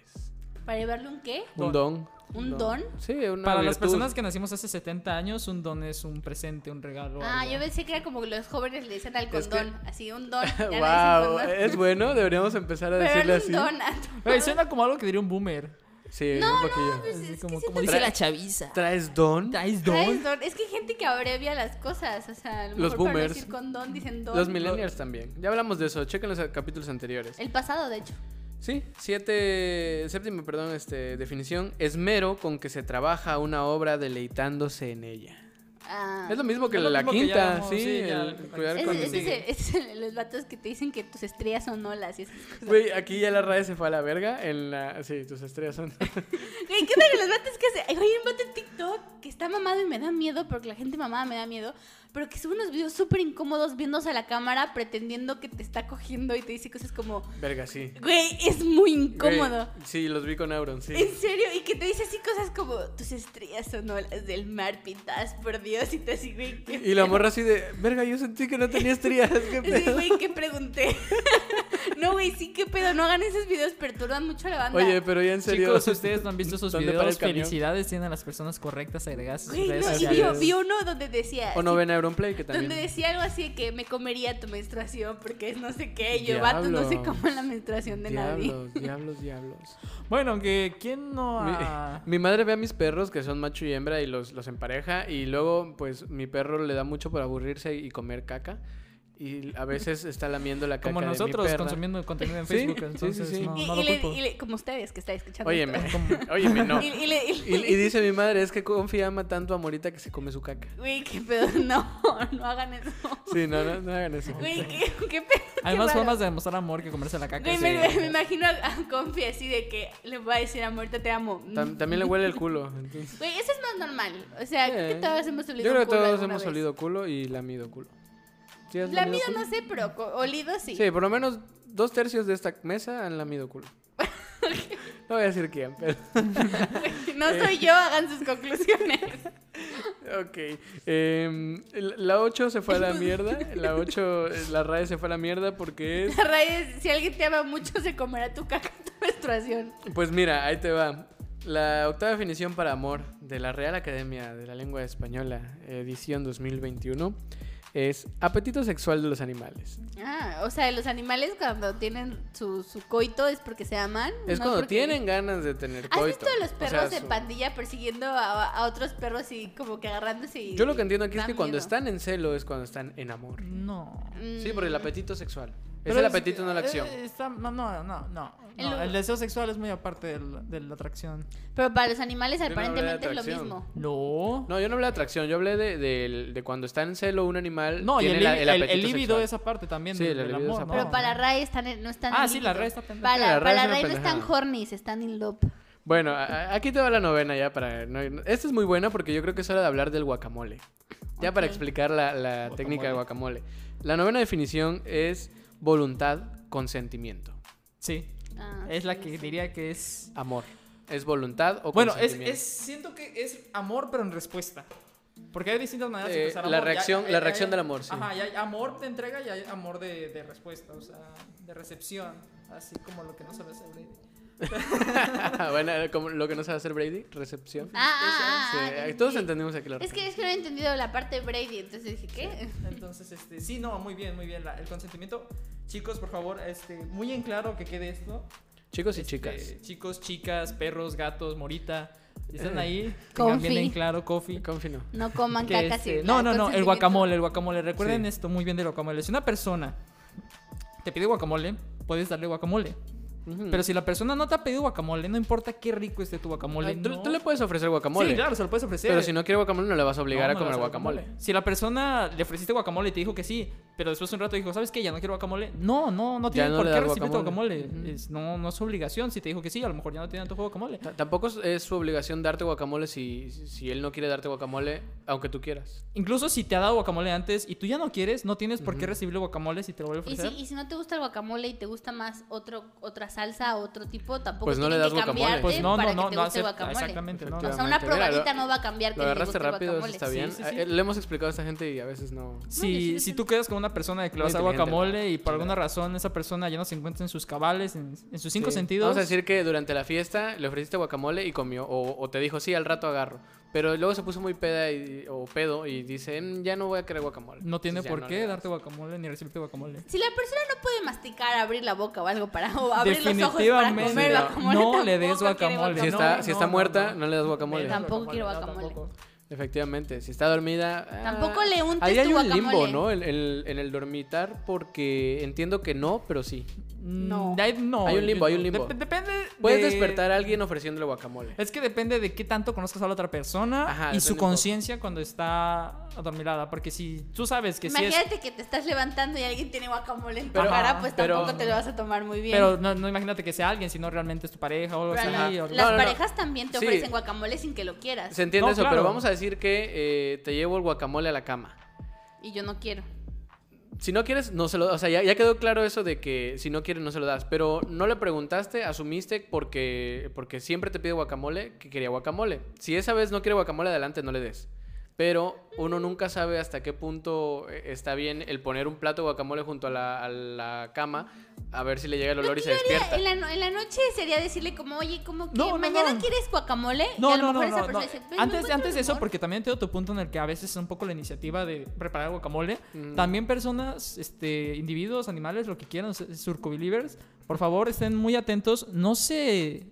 S3: ¿Para llevarle un qué?
S1: Un don.
S3: ¿Un don?
S1: Sí, una
S7: Para las
S1: virtud.
S7: personas que nacimos hace 70 años, un don es un presente, un regalo.
S3: Ah,
S7: algo.
S3: yo pensé que era como los jóvenes le dicen al
S1: Es
S3: condón. Así, un don. Ya le dicen
S1: wow,
S3: condón.
S1: es bueno, deberíamos empezar a
S3: Pero
S1: decirle
S3: era un
S1: así.
S3: don a todo.
S7: Güey, suena como algo que diría un boomer.
S1: Sí, un poquillo.
S3: Pues
S7: Así
S3: es que
S7: como,
S3: siento
S7: como
S3: que
S7: dice
S3: tra-
S7: la chaviza.
S1: ¿Traes don?
S7: ¿Traes
S3: traes
S7: don?
S3: don. Es que hay gente que abrevia las cosas. O sea, a lo
S1: Los
S3: mejor para no
S1: boomers.
S3: decir condón dicen don.
S1: Los millennials también. Ya hablamos de eso, chequen los capítulos anteriores.
S3: El pasado, de hecho.
S1: Sí, siete, séptima, perdón, este, definición, esmero con que se trabaja una obra deleitándose en ella.
S3: Ah.
S1: Es lo mismo que
S7: Es lo
S1: la
S7: mismo que ya
S1: quinta,
S7: hablamos,
S1: sí,
S7: sí, ya
S1: el
S7: la-
S1: cuidar
S3: Es-
S1: con-
S3: es-
S7: sigue.
S3: es- es el- los vatos que te dicen que tus estrellas son olas y esas cosas.
S1: Güey, aquí ya la RAE se fue a la verga, en la, sí, tus estrellas son...
S3: Güey, ¿qué onda con los vatos que hace? Ay, Güey, hay un vato en TikTok que está mamado y me da miedo porque la gente mamada me da miedo, pero que sube unos videos súper incómodos viéndose a la cámara pretendiendo que te está cogiendo y te dice cosas como,
S1: verga, sí.
S3: güey, es muy
S1: Güey,
S3: incómodo.
S1: sí, los vi con Auron, sí.
S3: En serio, y que te dice así cosas como tus estrellas son olas del mar pintadas por Dios y te así, güey, qué
S1: Y la
S3: pedo".
S1: morra así de, verga, yo sentí que no tenía estrías, qué
S3: Sí,
S1: pedo.
S3: güey, ¿qué pregunté? no, güey, sí, qué pedo. No hagan esos videos, perturban mucho a la banda.
S1: Oye, pero ya en serio.
S7: Chicos, si ustedes no han visto esos
S1: ¿Dónde para el
S7: videos,
S1: camión?
S7: felicidades tienen a las personas correctas agregadas a sus
S3: Güey,
S7: redes
S3: no, y
S7: sociales.
S3: vio, vio uno donde decía.
S1: O no
S3: sí,
S1: ven Auronplay, que
S3: donde
S1: también.
S3: decía algo así de que me comería tu menstruación porque es no sé qué. Y yo, vato,
S1: Diablos.
S3: no se coma la menstruación de nadie.
S1: Diablos, diablos, diablos.
S7: Bueno, aunque ¿quién no
S1: Mi,
S7: ha...
S1: mi madre ve a mis perros que son macho y hembra y los, los empareja y luego pues mi perro le da mucho por aburrirse y comer caca y a veces está lamiendo la caca
S7: Como
S1: de mi
S7: nosotros
S1: perra.
S7: consumiendo contenido en
S1: Sí,
S7: Facebook,
S1: sí, sí,
S7: entonces
S1: sí.
S7: No,
S3: Y,
S7: no
S3: y
S7: lo
S3: le-
S7: culpo.
S3: y le- como ustedes que estáis escuchando.
S1: Óyeme,
S3: esto.
S1: óyeme, no.
S3: Y,
S1: Y,
S3: y le- y-
S1: y dice mi madre, es que Confi ama tanto a Morita que se come su caca.
S3: Güey, qué pedo. No, no hagan eso.
S1: Sí, no, no, no hagan eso.
S3: Güey, qué, qué pedo. qué
S7: Hay más
S3: raro.
S7: formas de demostrar amor que comerse la caca.
S3: Güey,
S7: sí.
S3: me, me imagino a, a Confi así de que le voy a decir, amor, te amo. Mm.
S1: Tam- también le huele el culo. entonces.
S3: Güey, eso es más normal. O sea, creo que
S1: Sí.
S3: todos hemos olido
S1: Eh, Yo creo que
S3: culo
S1: todos
S3: alguna
S1: hemos
S3: vez.
S1: olido culo y lamido culo. ¿Sí has
S3: La
S1: lamido
S3: mía
S1: culo?
S3: no sé, pero co- olido sí.
S1: Sí, por lo menos dos tercios de esta mesa han lamido culo. No voy a decir quién, pero...
S3: No
S1: eh.
S3: soy yo, hagan sus conclusiones.
S1: Ok. em, la 8 se fue a la mierda. La 8, la RAE se fue a la mierda porque es...
S3: La raíz, si alguien te ama mucho, se comerá tu caca en tu menstruación.
S1: Pues mira, ahí te va. La octava definición para amor de la Real Academia de la Lengua Española, edición 2021, es apetito sexual de los animales.
S3: Ah, o sea, los animales cuando tienen su, su coito es porque se aman.
S1: Es
S3: no
S1: cuando
S3: porque-
S1: tienen ganas de tener
S3: ¿Has
S1: coito.
S3: visto a los
S1: O sea,
S3: perros en
S1: su-
S3: pandilla persiguiendo a, a otros perros y como que agarrándose? Y
S1: Yo lo que entiendo aquí es
S3: da
S1: que cuando
S3: miedo?
S1: están en celo es cuando están en amor.
S7: No.
S1: Sí, por el apetito sexual. es
S7: Pero
S1: el apetito, no la
S7: eh,
S1: acción.
S7: está- no, no, no, no.
S3: El-
S7: No, El deseo sexual es muy aparte del- de la atracción.
S3: Pero para los animales
S1: no hablé de
S3: aparentemente es lo
S1: atracción.
S3: mismo.
S7: No.
S1: No, yo no hablé de atracción, yo hablé de, de- de cuando está en celo un animal.
S7: No, y
S1: tiene
S7: el,
S1: la-
S7: libido el,
S1: apetito
S7: líbido
S1: sexual.
S7: es aparte también
S1: Sí,
S7: del,
S1: el
S7: del
S1: libido es
S7: amor. ¿no?
S1: aparte.
S3: Pero para Ray están en- no están
S7: Ah,
S3: en
S7: sí, la
S3: líquido.
S7: Ray está pendeja.
S1: Sí, la Ray
S3: Para, para
S1: es una
S3: Ray no están
S1: pendejada.
S3: horny, están in love.
S1: Bueno, a- a- aquí te va la novena ya para. no- no- esta es muy buena porque yo creo que es hora de hablar del guacamole. Ya para
S3: Ok.
S1: explicar la, la técnica del guacamole. La novena definición es voluntad, consentimiento,
S7: Sí,
S3: Ah,
S7: es la
S3: sí,
S7: que
S3: sí.
S7: diría que es...
S1: amor. Es voluntad o
S7: Bueno, es,
S1: consentimiento.
S7: es- siento que es amor, pero en respuesta. Porque hay distintas maneras de
S1: Eh,
S7: expresar
S1: la
S7: amor.
S1: reacción- la reacción del amor, sí.
S7: Ajá, y hay amor de entrega y hay amor de, de respuesta, o sea, de recepción. Así como lo que no sabe hacer Brady.
S1: bueno, como lo que no sabe hacer Brady, recepción.
S3: Ah, ah,
S1: Sí,
S3: ah, ah, ya
S1: todos
S3: entendí.
S1: entendimos aquí la
S3: Es que,
S1: referencia.
S3: es que no he entendido la parte de Brady, entonces dije, ¿qué?
S7: Entonces, este, sí, no, muy bien, muy bien. la- el consentimiento, chicos, por favor, este, muy en claro que quede esto.
S1: Chicos y
S7: Este,
S1: chicas.
S7: Chicos, chicas, perros, gatos, morita. Están
S1: Eh.
S7: ahí. Tengan bien
S3: Confi.
S7: en claro, coffee.
S1: Confino.
S3: No coman
S7: que,
S3: caca
S7: este,
S3: sin
S7: no,
S3: dar
S7: no, no, el
S3: consentimiento.
S7: guacamole, el guacamole. Recuerden
S1: Sí.
S7: esto muy bien del guacamole. Si una persona te pide guacamole, puedes darle guacamole.
S1: Ujú.
S7: Pero si la persona no te ha pedido guacamole, no importa qué rico esté tu guacamole.
S1: Ay, Ah, tú,
S7: no-
S1: tú le puedes ofrecer guacamole.
S7: Sí, claro, se lo puedes ofrecer.
S1: Pero si no quiere guacamole, no le vas a obligar a
S7: No, no
S1: comer
S7: le vas dar
S1: guacamole.
S7: Si la persona le ofreciste guacamole y te dijo que sí, pero después de un rato dijo, ¿sabes qué? Ya no quiero guacamole. No, no, no tiene
S1: no
S7: por
S1: le
S7: qué
S1: das
S7: recibir tu
S1: guacamole.
S7: guacamole. Es- no, no es su obligación. Si te dijo que sí, a lo mejor ya no tiene antojo de guacamole.
S1: T- Tampoco es- es su obligación darte guacamole si, si él no quiere darte guacamole, aunque tú quieras.
S7: Incluso si te ha dado guacamole antes y tú ya no quieres, no tienes por qué recibirle guacamole si te lo vuelve a
S3: Y si,
S7: ofrecer.
S3: y si no te gusta el guacamole y te gusta más otro, otra salsa, otro tipo, tampoco
S1: Pues no le
S3: tiene
S1: das
S3: que
S1: guacamole.
S3: cambiarte
S7: Pues no,
S3: para
S7: no, no,
S3: que te
S7: no
S3: guste el
S7: acepta-
S3: guacamole.
S7: exactamente, no.
S3: O sea, una
S1: Efectivamente. Mira,
S3: probadita
S1: lo-
S3: no va a cambiar que
S1: Lo
S3: le
S1: agarraste
S3: guste el
S1: rápido, eso
S3: guacamole.
S1: está
S7: Sí,
S1: bien.
S7: sí,
S1: A-
S7: sí.
S1: eh, Le hemos explicado a esta gente y a veces no.
S3: yo sí
S7: Si,
S3: lo
S7: si
S3: entiendo.
S7: tú quedas con una persona de que le
S1: Muy
S7: vas a dar
S1: inteligente,
S7: guacamole
S1: ¿no?
S7: y por
S1: Sí.
S7: alguna razón esa persona ya no se encuentra en sus cabales, en, en sus cinco
S1: Sí.
S7: sentidos.
S1: Vamos a decir que durante la fiesta le ofreciste guacamole y comió, o, o te dijo, sí, al rato agarro. Pero luego se puso muy peda y- o pedo y dice, "Mm, ya no voy a querer guacamole.
S7: No tiene
S1: Entonces pues ya
S7: por
S1: no le
S7: qué
S1: das.
S7: darte guacamole ni recibirte guacamole.
S3: Si la persona no puede masticar, abrir la boca o algo para o abrir los ojos para
S7: Definitivamente.
S3: comer
S1: No,
S3: guacamole.
S7: no le des
S3: tampoco quiere
S7: guacamole.
S1: Si
S7: No,
S1: está,
S7: no,
S1: si está
S7: no,
S1: muerta, no,
S7: no.
S1: le das guacamole.
S3: Tampoco quiero guacamole.
S1: Efectivamente, si está dormida. ah,
S3: Tampoco le untes
S1: Ahí hay
S3: tu
S1: un limbo,
S3: guacamole.
S1: ¿no? En, en- en el dormitar, porque entiendo que no, pero sí.
S7: No. Hay, Mm, no,
S1: Hay un limbo,
S7: yo-
S1: hay un limbo.
S7: dep- depende.
S1: Puedes
S7: de-
S1: despertar a alguien ofreciéndole guacamole.
S7: Es que depende de qué tanto conozcas a la otra persona
S1: Ajá,
S7: y
S1: depende un
S7: su
S1: poco.
S7: conciencia cuando está adormilada. Porque si tú sabes que sí es.
S3: Imagínate que te estás levantando y alguien tiene guacamole en tu
S1: Pero-
S3: cara, pues
S1: pero-
S3: tampoco te lo vas a tomar muy bien.
S7: Pero no, no imagínate que sea alguien, sino realmente es tu pareja o algo
S3: Pero la-
S7: así. o-
S3: las
S1: no, no.
S3: parejas también te
S1: Sí.
S3: ofrecen guacamole sin que lo quieras.
S1: Se entiende
S7: No,
S1: eso,
S7: claro.
S1: pero vamos a decir que eh, te llevo el guacamole a la cama.
S3: Y yo no quiero.
S1: Si no quieres, no se lo O sea, ya, ya quedó claro eso de que si no quieres, no se lo das. Pero no le preguntaste, asumiste porque, porque siempre te pide guacamole que quería guacamole. Si esa vez no quiere guacamole, adelante, no le des. Pero uno nunca sabe hasta qué punto eh, está bien el poner un plato de guacamole junto a la, a la cama a ver si le llega el olor y se despierta.
S3: En la, no- en la noche sería decirle como, oye, como que
S7: No, no,
S3: mañana
S7: no.
S3: quieres guacamole y a
S7: No,
S3: lo
S7: no, no,
S3: mejor esa
S7: no, no.
S3: persona dice, "Pues, no
S7: Antes,
S3: encuentro
S7: antes de eso,
S3: sabor".
S7: porque también tengo tu punto en el que a veces es un poco la iniciativa de preparar guacamole.
S1: Mm.
S7: También personas, este, individuos, animales, lo que quieran, s- surco-believers, por favor estén muy atentos. No se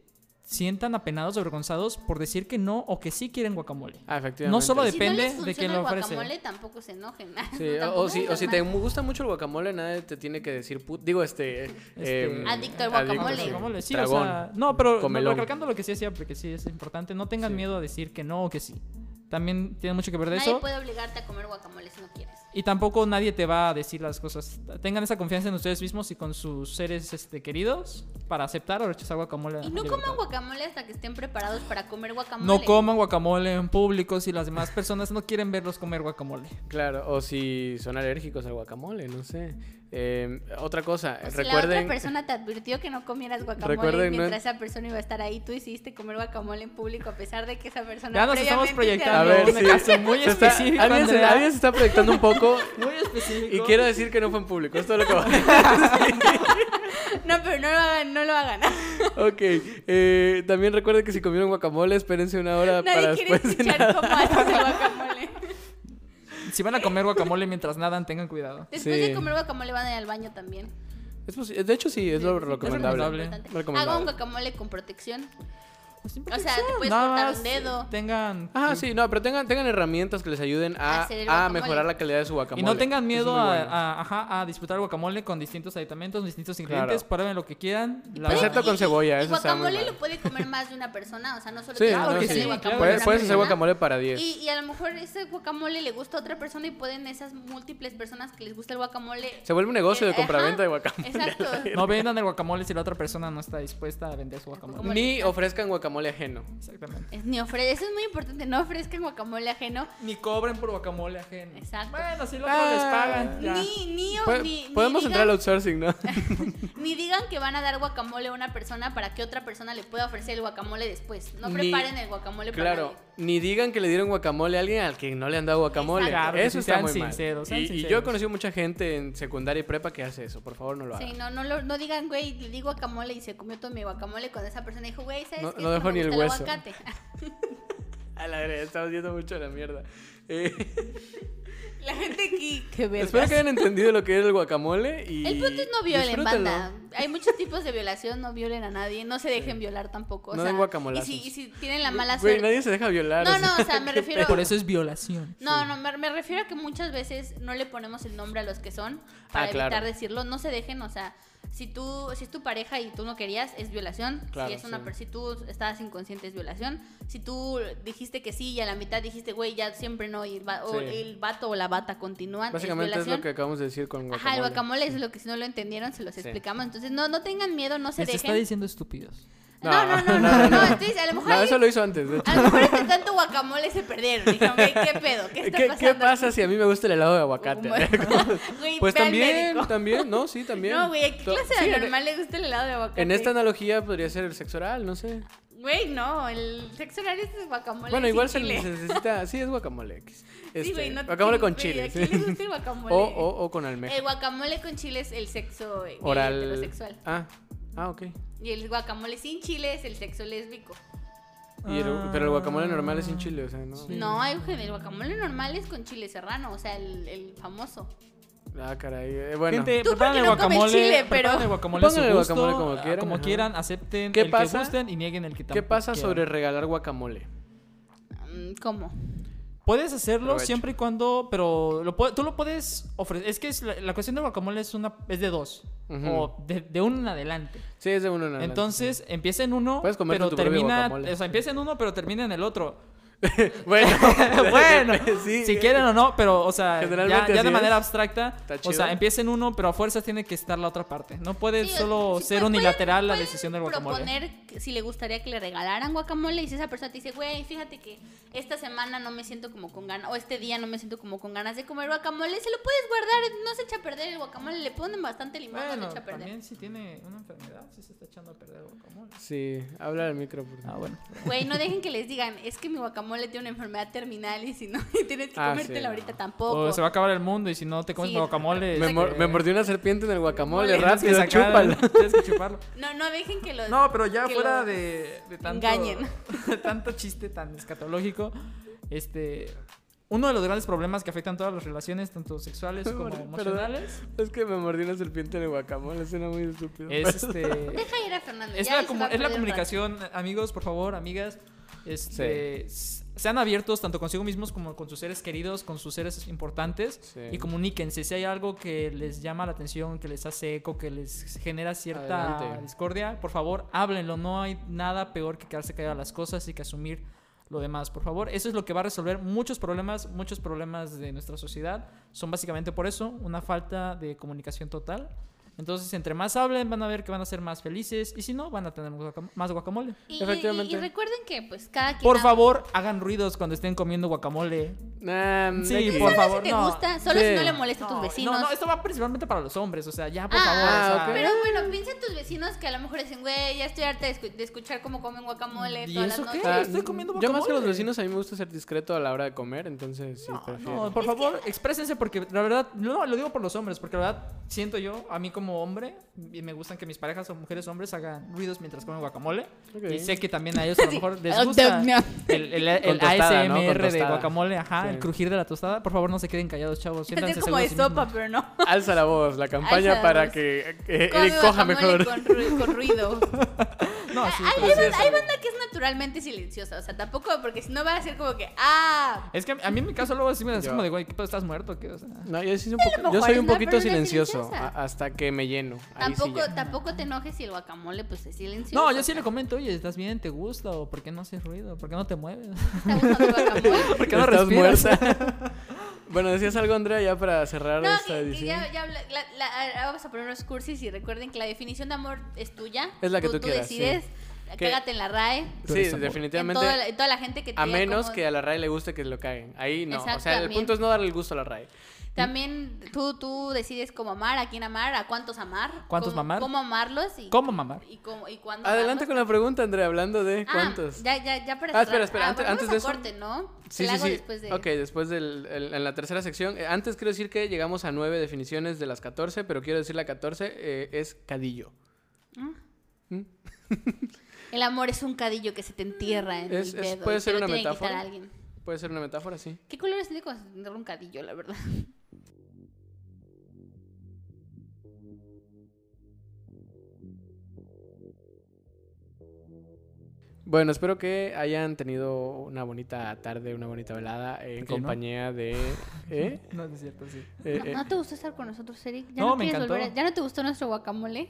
S7: sientan apenados o avergonzados por decir que no o que sí quieren guacamole.
S1: Ah, efectivamente.
S7: No solo de-
S3: Si no les
S7: depende de quién
S3: funciona
S7: lo
S3: el
S7: ofrece.
S3: guacamole, tampoco se enojen.
S1: Sí, o-
S3: Tampoco
S1: o, si,
S3: es
S1: o si te
S3: normal.
S1: gusta mucho el guacamole, nadie te tiene que decir put- Digo, este. em,
S3: Adicto al guacamole.
S7: Guacamole, guacamole, sí,
S1: Dragón.
S7: o sea, no, pero no,
S1: Comelón.
S7: recalcando lo que sí decía, porque sí es importante, no tengan
S1: Sí.
S7: miedo a decir que no o que sí. También tiene mucho que ver de
S3: Nadie
S7: eso.
S3: puede obligarte a comer guacamole si no quieres.
S7: Y tampoco nadie te va a decir las cosas. Tengan esa confianza en ustedes mismos y con sus seres este, queridos para aceptar o rechazar guacamole.
S3: Y no coman
S7: a libertad.
S3: guacamole hasta que estén preparados para comer guacamole.
S7: No coman guacamole en público si las demás personas no quieren verlos comer guacamole.
S1: Claro, o si son alérgicos al guacamole, no sé. Eh, otra cosa,
S3: O si la
S1: recuerden.
S3: otra persona te advirtió que no comieras guacamole
S1: Recuerden, no-
S3: mientras esa persona iba a estar ahí, tú hiciste comer guacamole en público a pesar de que esa persona
S7: Ya nos estamos
S3: previamente te
S7: proyectando.
S3: advirtió.
S7: una casa muy
S1: se está-
S7: específica,
S1: alguien, se,
S7: Andrea.
S1: alguien se está proyectando un poco
S7: Muy específico.
S1: y quiero decir que no fue en público. Esto es lo que va.
S3: No, pero no lo hagan, no lo hagan.
S1: ok. eh, también recuerden que si comieron guacamole, espérense una hora para
S3: Nadie quiere
S1: después de
S3: escuchar
S1: nada.
S3: cómo haces el guacamole.
S7: Si van a comer guacamole mientras nadan, tengan cuidado.
S3: Después
S1: Sí.
S3: de comer guacamole van a ir al baño también.
S1: Es posi- de hecho, sí, es lo recomendable.
S7: recomendable.
S3: Importante.
S1: Recomendable.
S3: Haga un guacamole con protección.
S7: Pues sin
S3: O sea, te
S7: protección,
S3: puedes
S7: nada
S3: cortar un
S7: más eh,
S3: dedo.
S7: Tengan.
S1: Ah, sí, no, pero tengan, tengan herramientas que les ayuden a,
S3: Hacer el
S1: a
S3: guacamole.
S1: mejorar la calidad de su guacamole.
S7: Y no tengan
S1: Eso es
S7: miedo
S1: muy
S7: a,
S1: bueno.
S7: a- ajá, a disfrutar el guacamole con distintos aditamentos, distintos
S1: Claro.
S7: ingredientes. Prueben lo que quieran. La
S3: Puede-
S1: Excepto
S3: y- pues,
S1: con
S3: y-
S1: cebolla,
S3: y
S1: eso está muy
S3: guacamole
S1: mal.
S3: lo puede comer más de una persona, o sea, no solo
S1: Sí,
S3: tienes
S1: no, sí.
S7: que sí,
S3: hacerle guacamole a
S1: Puedes,
S3: una
S1: puedes hacer
S3: persona.
S1: guacamole para 10.
S3: Y, y a lo mejor ese guacamole le gusta a otra persona y pueden esas múltiples personas que les gusta el guacamole.
S1: Se vuelve un negocio de
S3: Eh, Ajá,
S1: compraventa de guacamole.
S3: Exacto.
S7: No vendan el guacamole si la otra persona no está dispuesta a vender su
S3: Guacamole.
S7: guacamole.
S1: Ni ofrezcan guacamole ajeno.
S7: Exactamente.
S3: Es- Ni ofre- eso es muy importante, no ofrezcan guacamole ajeno.
S7: Ni cobren por guacamole ajeno.
S3: Exacto.
S7: Bueno, si los
S1: Ah.
S7: les pagan. ya.
S3: Ni, ni, o-
S1: Pu-
S3: ni- ni
S1: podemos entrar al
S3: digan,
S1: outsourcing, ¿no?
S3: ni digan que van a dar guacamole a una persona para que otra persona le pueda ofrecer el guacamole después. No
S1: Ni-
S3: preparen el guacamole para
S1: claro,
S3: nadie.
S1: ni digan que le dieron guacamole a alguien al que no le han dado guacamole.
S3: Exacto.
S7: Claro,
S1: eso
S7: sí,
S1: está
S7: sean
S1: muy
S7: sinceros,
S1: mal.
S7: sean
S1: Y- Y, yo he
S7: sinceros.
S1: conocido mucha gente en secundaria y prepa que hace eso. Por favor, no lo hagan.
S3: Sí, no, no, lo- no digan, güey, le di guacamole y se comió todo mi guacamole cuando esa persona dijo, güey, ¿sabes
S1: No-
S3: qué?
S1: no
S3: Es que
S1: dejó
S3: me
S1: ni el
S3: gusta
S1: hueso.
S3: aguacate.
S1: A la verga, estamos yendo mucho a la mierda. Eh,
S3: La gente aquí, qué
S1: espero que hayan entendido lo que era el guacamole y
S3: El punto es no violen,
S1: disfrútenlo.
S3: banda. Hay muchos tipos de violación, no violen a nadie, no se dejen violar tampoco. o
S1: No
S3: sea,
S1: den guacamolazos.
S3: Y si, y si tienen la mala
S1: Güey,
S3: suerte.
S1: nadie se deja violar.
S3: No,
S1: o sea,
S3: no, o sea, me refiero.
S7: Por eso es violación.
S3: No, no, me, me refiero a que muchas veces no le ponemos el nombre a los que son para
S1: Ah, claro.
S3: evitar decirlo. No se dejen, o sea, Si tú, si es tu pareja y tú no querías, es violación.
S1: Claro,
S3: si es una
S1: sí.
S3: per- si tú estabas inconsciente es violación. Si tú dijiste que sí y a la mitad dijiste, güey, ya siempre no, y el, va- o
S1: Sí.
S3: el vato o la bata continúan,
S1: Básicamente
S3: es
S1: es lo
S3: violación.
S1: que acabamos de decir con guacamole.
S3: Ajá, el guacamole es lo que si no lo entendieron se los
S1: Sí.
S3: explicamos. Entonces, no, no tengan miedo, no se
S7: Les está
S3: dejen.
S7: diciendo estúpidos.
S3: No, no, no, no, no, estoy- a lo mejor
S1: No,
S3: ahí-
S1: eso lo hizo antes, de hecho.
S3: A lo mejor entre tanto guacamole se perdieron. Dijeron, güey, ¿qué pedo? ¿Qué está
S1: ¿Qué,
S3: pasando?
S1: ¿Qué pasa si a mí me gusta el helado de aguacate?
S3: Güey,
S1: pues
S3: ve al
S1: también,
S3: médico.
S1: también, no, sí, también.
S3: No, güey, ¿a ¿qué
S1: To-
S3: clase
S1: sí,
S3: de este?
S1: en- e-
S3: normal le gusta el helado de aguacate?
S1: En esta analogía podría ser el sexo oral, no sé.
S3: Güey, no, el sexo oral es guacamole.
S1: Bueno,
S3: sin
S1: igual se
S3: chile.
S1: se necesita. Sí, es guacamole.
S3: Sí,
S1: Este,
S3: güey, no
S1: guacamole con
S3: güey,
S1: chile.
S3: ¿A quién
S1: sí.
S3: le gusta el guacamole?
S1: O, o, o con almeja.
S3: El guacamole con chile es el sexo eh,
S1: oral.
S3: heterosexual.
S1: Ah, ah, ok.
S3: Y el guacamole sin chile es el sexo lésbico.
S1: Y el-
S7: Ah.
S1: pero el guacamole normal es sin chile, o sea, no.
S3: No, Eugen, el guacamole normal es con chile serrano, o sea, el, el famoso.
S1: Ah, caray. eh, bueno.
S7: Gente,
S3: Tú porque
S7: preparan el
S3: no comes
S7: guacamole,
S3: chile,
S7: preparan
S3: pero-
S7: el guacamole a su
S1: Pongan el
S7: gusto,
S1: guacamole como
S7: a-
S1: quieran,
S7: como
S1: ajá.
S7: quieran, acepten
S1: ¿Qué
S7: el
S1: pasa?
S7: que gusten y nieguen el que tampoco
S1: ¿Qué pasa
S7: quieran.
S1: sobre regalar guacamole?
S3: Mm, ¿Cómo?
S7: Puedes hacerlo
S1: Aprovecho.
S7: siempre y cuando, pero lo pu- tú lo puedes ofrecer. Es que es la, la cuestión del guacamole es una es de dos
S1: Ujú.
S7: o de, de uno en adelante.
S1: Sí, es de uno en adelante.
S7: Entonces empieza en uno,
S1: Puedes comerte
S7: pero
S1: tu propio
S7: termina,
S1: guacamole.
S7: o sea, empieza en uno, pero termina en el otro.
S1: Bueno,
S7: bueno,
S1: sí.
S7: si quieren o no, pero, o sea, ya,
S1: Generalmente
S7: ya
S1: así
S7: de
S1: es.
S7: manera abstracta,
S1: Está
S7: o
S1: chido.
S7: sea, empieza en uno, pero a fuerzas tiene que estar la otra parte. No puede
S3: Sí, o-
S7: solo
S3: sí,
S7: ser
S3: pueden-
S7: unilateral la
S3: pueden
S7: decisión del guacamole.
S3: proponer que- si le gustaría que le regalaran guacamole y si esa persona te dice, güey, fíjate que esta semana no me siento como con ganas, o este día no me siento como con ganas de comer guacamole, se lo puedes guardar, no se echa a perder el guacamole, le ponen bastante limón, no
S7: Bueno,
S3: se echa a perder.
S7: también si tiene una enfermedad, si se está echando a perder el guacamole.
S1: Sí, habla al micro. por
S7: Ah,
S1: favor.
S7: bueno.
S3: Güey, no dejen que les digan, es que mi guacamole tiene una enfermedad terminal y si no, y tienes que
S1: Ah,
S3: comértela
S1: sí, no.
S3: ahorita tampoco.
S7: O se va a acabar el mundo y si no te comes
S3: Sí,
S7: mi guacamole.
S1: Me,
S7: este,
S1: mor- me mordió una serpiente en el guacamole,
S7: tienes que
S1: rápido,
S7: sacarlo,
S1: chúpalo.
S7: Tienes que chuparlo.
S3: No, no dejen que los...
S7: No, pero ya
S3: que
S7: fuera
S3: los-
S7: de, de tanto,
S3: engañen.
S7: de tanto chiste tan escatológico, este, uno de los grandes problemas que afectan todas las relaciones, tanto sexuales como
S1: Perdón.
S7: emocionales,
S1: Es que me mordió una serpiente en el guacamole, suena muy estúpido. Pues,
S7: es, este,
S3: Deja ir a Fernando.
S7: es,
S3: ya
S7: la,
S3: él se
S7: comu-
S3: va a
S7: es la
S3: perder un rato.
S7: comunicación, amigos, por favor, amigas, este, s- sean abiertos tanto consigo mismos como con sus seres queridos, con sus seres importantes
S1: Sí.
S7: y comuníquense si hay algo que les llama la atención, que les hace eco, que les genera cierta
S1: Adelante.
S7: discordia, por favor, háblenlo, no hay nada peor que quedarse callado a las cosas y que asumir lo demás, por favor. Eso es lo que va a resolver muchos problemas, muchos problemas de nuestra sociedad. Son básicamente por eso, una falta de comunicación total. Entonces, entre más hablen, van a ver que van a ser más felices y si no, van a tener guaca- más guacamole.
S3: Y- y-
S1: Efectivamente.
S3: Y, recuerden que pues cada quien...
S7: Por
S3: habla-
S7: favor, hagan ruidos cuando estén comiendo guacamole.
S1: Nah,
S7: Sí,
S1: aquí.
S7: por
S3: Solo
S7: favor,
S3: si te
S7: no.
S3: gusta, solo si
S1: Sí.
S3: no le molesta a
S7: No,
S3: tus vecinos.
S7: No, no, esto va principalmente para los hombres, o sea, ya por
S3: Ah,
S7: favor.
S1: ah,
S7: o sea,
S1: ok.
S3: Pero bueno, piensa en tus vecinos que a lo mejor dicen, güey, ya estoy harta de, escu- de escuchar cómo comen guacamole
S7: ¿Y
S3: todas
S7: eso
S3: las
S7: qué?
S3: noches.
S1: Ah,
S7: Estoy comiendo
S1: Yo más que los
S7: guacamole.
S1: vecinos, a mí me gusta ser discreto a la hora de comer, entonces sí, prefiero.
S7: No, por favor, exprésense porque la verdad, no, lo digo por los hombres, porque la verdad siento yo, a mí como hombre, y me gustan que mis parejas o mujeres hombres hagan ruidos mientras comen guacamole.
S1: Ok.
S7: Y sé que también a ellos a lo mejor les
S3: Oh,
S7: gusta
S3: Dios mío.
S7: el, el- el
S1: Con tostada,
S7: ASMR
S1: ¿no? Con
S7: de
S1: tostada.
S7: guacamole, ajá,
S1: Sí.
S7: el crujir de la tostada. Por favor, no se queden callados, chavos. Siéntanse
S3: Estoy como de
S7: seguros de sí
S3: sopa,
S7: mismos.
S3: pero no.
S1: Alza la voz, la campaña
S3: Alza la
S1: para
S3: voz.
S1: que eh,
S3: Come
S1: Eric coja
S3: guacamole
S1: mejor.
S3: Con, ru- con ruido.
S7: No, sí,
S3: hay,
S7: pero-
S3: hay banda, hay banda que es naturalmente silenciosa, o sea, tampoco porque si no va a ser como que, ah,
S7: Es que a mí en mi caso luego sí me decís
S1: Yo-
S7: como de, güey, ¿qué pedo, estás muerto? o ¿Qué? O sea,
S1: No, yo, sí soy un poco- yo
S3: mejor
S1: soy
S3: es
S1: un
S3: la
S1: poquito
S3: persona
S1: silencioso
S3: silenciosa.
S1: a- hasta que me lleno. Ahí sí
S3: tampoco,
S1: ya.
S3: tampoco te enojes si el guacamole pues es silencioso.
S7: no, yo sí le comento, oye, ¿estás bien? ¿Te gusta? ¿O por qué no haces ruido? ¿Por qué no te mueves?
S3: Está gustando el guacamole.
S7: ¿Por qué no
S1: Estás
S7: respiras?
S1: muerta. bueno, decías algo, Andrea, ya para cerrar
S3: No,
S1: esta
S3: que, que
S1: edición.
S3: ya, ya habla- la- la- ahora vamos a poner unos cursis y recuerden que la definición de amor es tuya.
S1: Es la que tú quieras, sí.
S3: decides,
S1: Que-
S3: cágate en la RAE.
S7: Tú
S1: Sí,
S7: eres amor.
S1: definitivamente.
S3: En toda, la, en toda la gente que te
S1: A
S3: diga
S1: menos
S3: cómo-
S1: que a la RAE le guste que lo caguen. Ahí no. O
S3: Exacto,
S1: sea, el
S3: también.
S1: punto es no darle el gusto a la RAE.
S3: También tú, tú decides cómo amar, a quién amar, a cuántos amar.
S7: ¿Cuántos
S3: cómo,
S7: mamar?
S3: Cómo amarlos y,
S7: ¿Cómo mamar?
S3: y, cómo, y cuándo
S1: Adelante
S3: amarlos.
S1: con la pregunta, Andrea, hablando de
S3: Ah,
S1: cuántos.
S3: ya, ya, ya para
S1: Ah,
S3: cerrar.
S1: espera, espera, antes-
S3: bueno,
S1: antes
S3: vamos a
S1: de
S3: corte, ¿no?
S1: Sí,
S3: Te la
S1: sí,
S3: hago
S1: sí.
S3: después de...
S1: Ok, después del, el- en la tercera sección. Eh, Antes quiero decir que llegamos a nueve definiciones de las 14, pero quiero decir la 14 eh, es cadillo.
S3: El amor es un cadillo que se te entierra en
S1: Es-
S3: el
S1: es-
S3: dedo.
S1: puede
S3: y
S1: ser
S3: te
S1: una
S3: lo tiene que quitar
S1: metáfora.
S3: alguien.
S1: Puede ser una metáfora, sí.
S3: ¿Qué colores tiene cuando se te entierra un cadillo, la verdad?
S1: Bueno, espero que hayan tenido una bonita tarde, una bonita velada eh, en
S7: Ok, ¿no?
S1: compañía de... ¿eh?
S7: No, es cierto, sí.
S1: Eh,
S3: ¿No,
S1: eh,
S3: no te gustó estar con nosotros, Eric? ¿Ya
S7: No,
S3: no,
S7: me
S3: quieres
S7: encantó.
S3: volver a- ¿Ya no te gustó nuestro guacamole?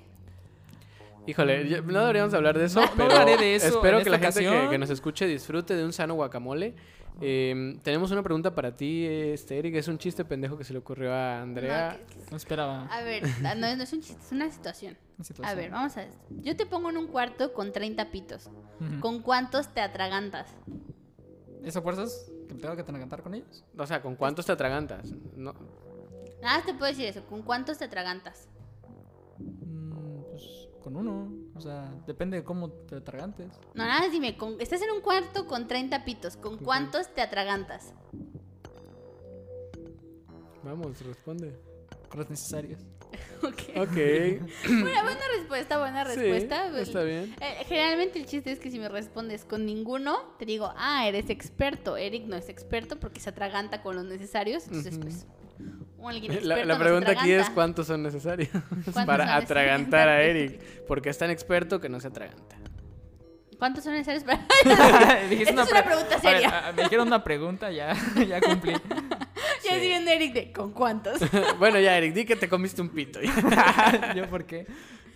S1: Híjole, ya- no deberíamos hablar de eso,
S7: No, no
S1: pero
S7: hablaré de eso
S1: espero
S7: en
S1: que la
S7: esta
S1: gente que,
S7: ocasión.
S1: que nos escuche disfrute de un sano guacamole. Eh, tenemos una pregunta para ti, este, Eric. Es un chiste pendejo que se le ocurrió a Andrea.
S3: No, que- que-
S7: No esperaba.
S3: a ver, no, no es un chiste, es una situación.
S7: la situación.
S3: A ver, vamos a ver. Yo te pongo en un cuarto con 30 pitos.
S7: Ujú.
S3: ¿Con cuántos te atragantas?
S7: ¿Esas fuerzas que tengo que cantar con ellos?
S1: O sea, ¿con cuántos te atragantas? No,
S3: Nada más te puedo decir eso. ¿Con cuántos te atragantas?
S7: Mm, pues con uno. O sea, depende de cómo te atragantes.
S3: No, nada, más dime. con- estás en un cuarto con 30 pitos. ¿Con cuántos te atragantas?
S1: vamos, responde.
S7: Con los necesarios.
S3: Ok.
S1: Ok.
S3: Buena, buena respuesta, buena
S1: Sí,
S3: respuesta.
S1: está bien.
S3: Eh, generalmente el chiste es que si me respondes con ninguno, te digo, ah, eres experto. Eric no es experto porque se atraganta con los necesarios. Entonces,
S1: Ujú.
S3: pues, o alguien experto
S1: La, la
S3: no se
S1: pregunta aquí es
S3: atraganta.
S1: cuántos son necesarios
S3: ¿Cuántos
S1: para
S3: son
S1: atragantar a
S3: necesarios?
S1: Eric, porque es tan experto que no se atraganta.
S3: ¿Cuántos son necesarios para.?
S7: Esta
S3: Esta es una pregunta seria.
S7: me dijeron una pregunta, ya, ya cumplí.
S3: Ya estoy viendo a Eric de, ¿con cuántos?
S1: bueno, ya, Eric, di que te comiste un pito.
S7: ¿Yo por qué?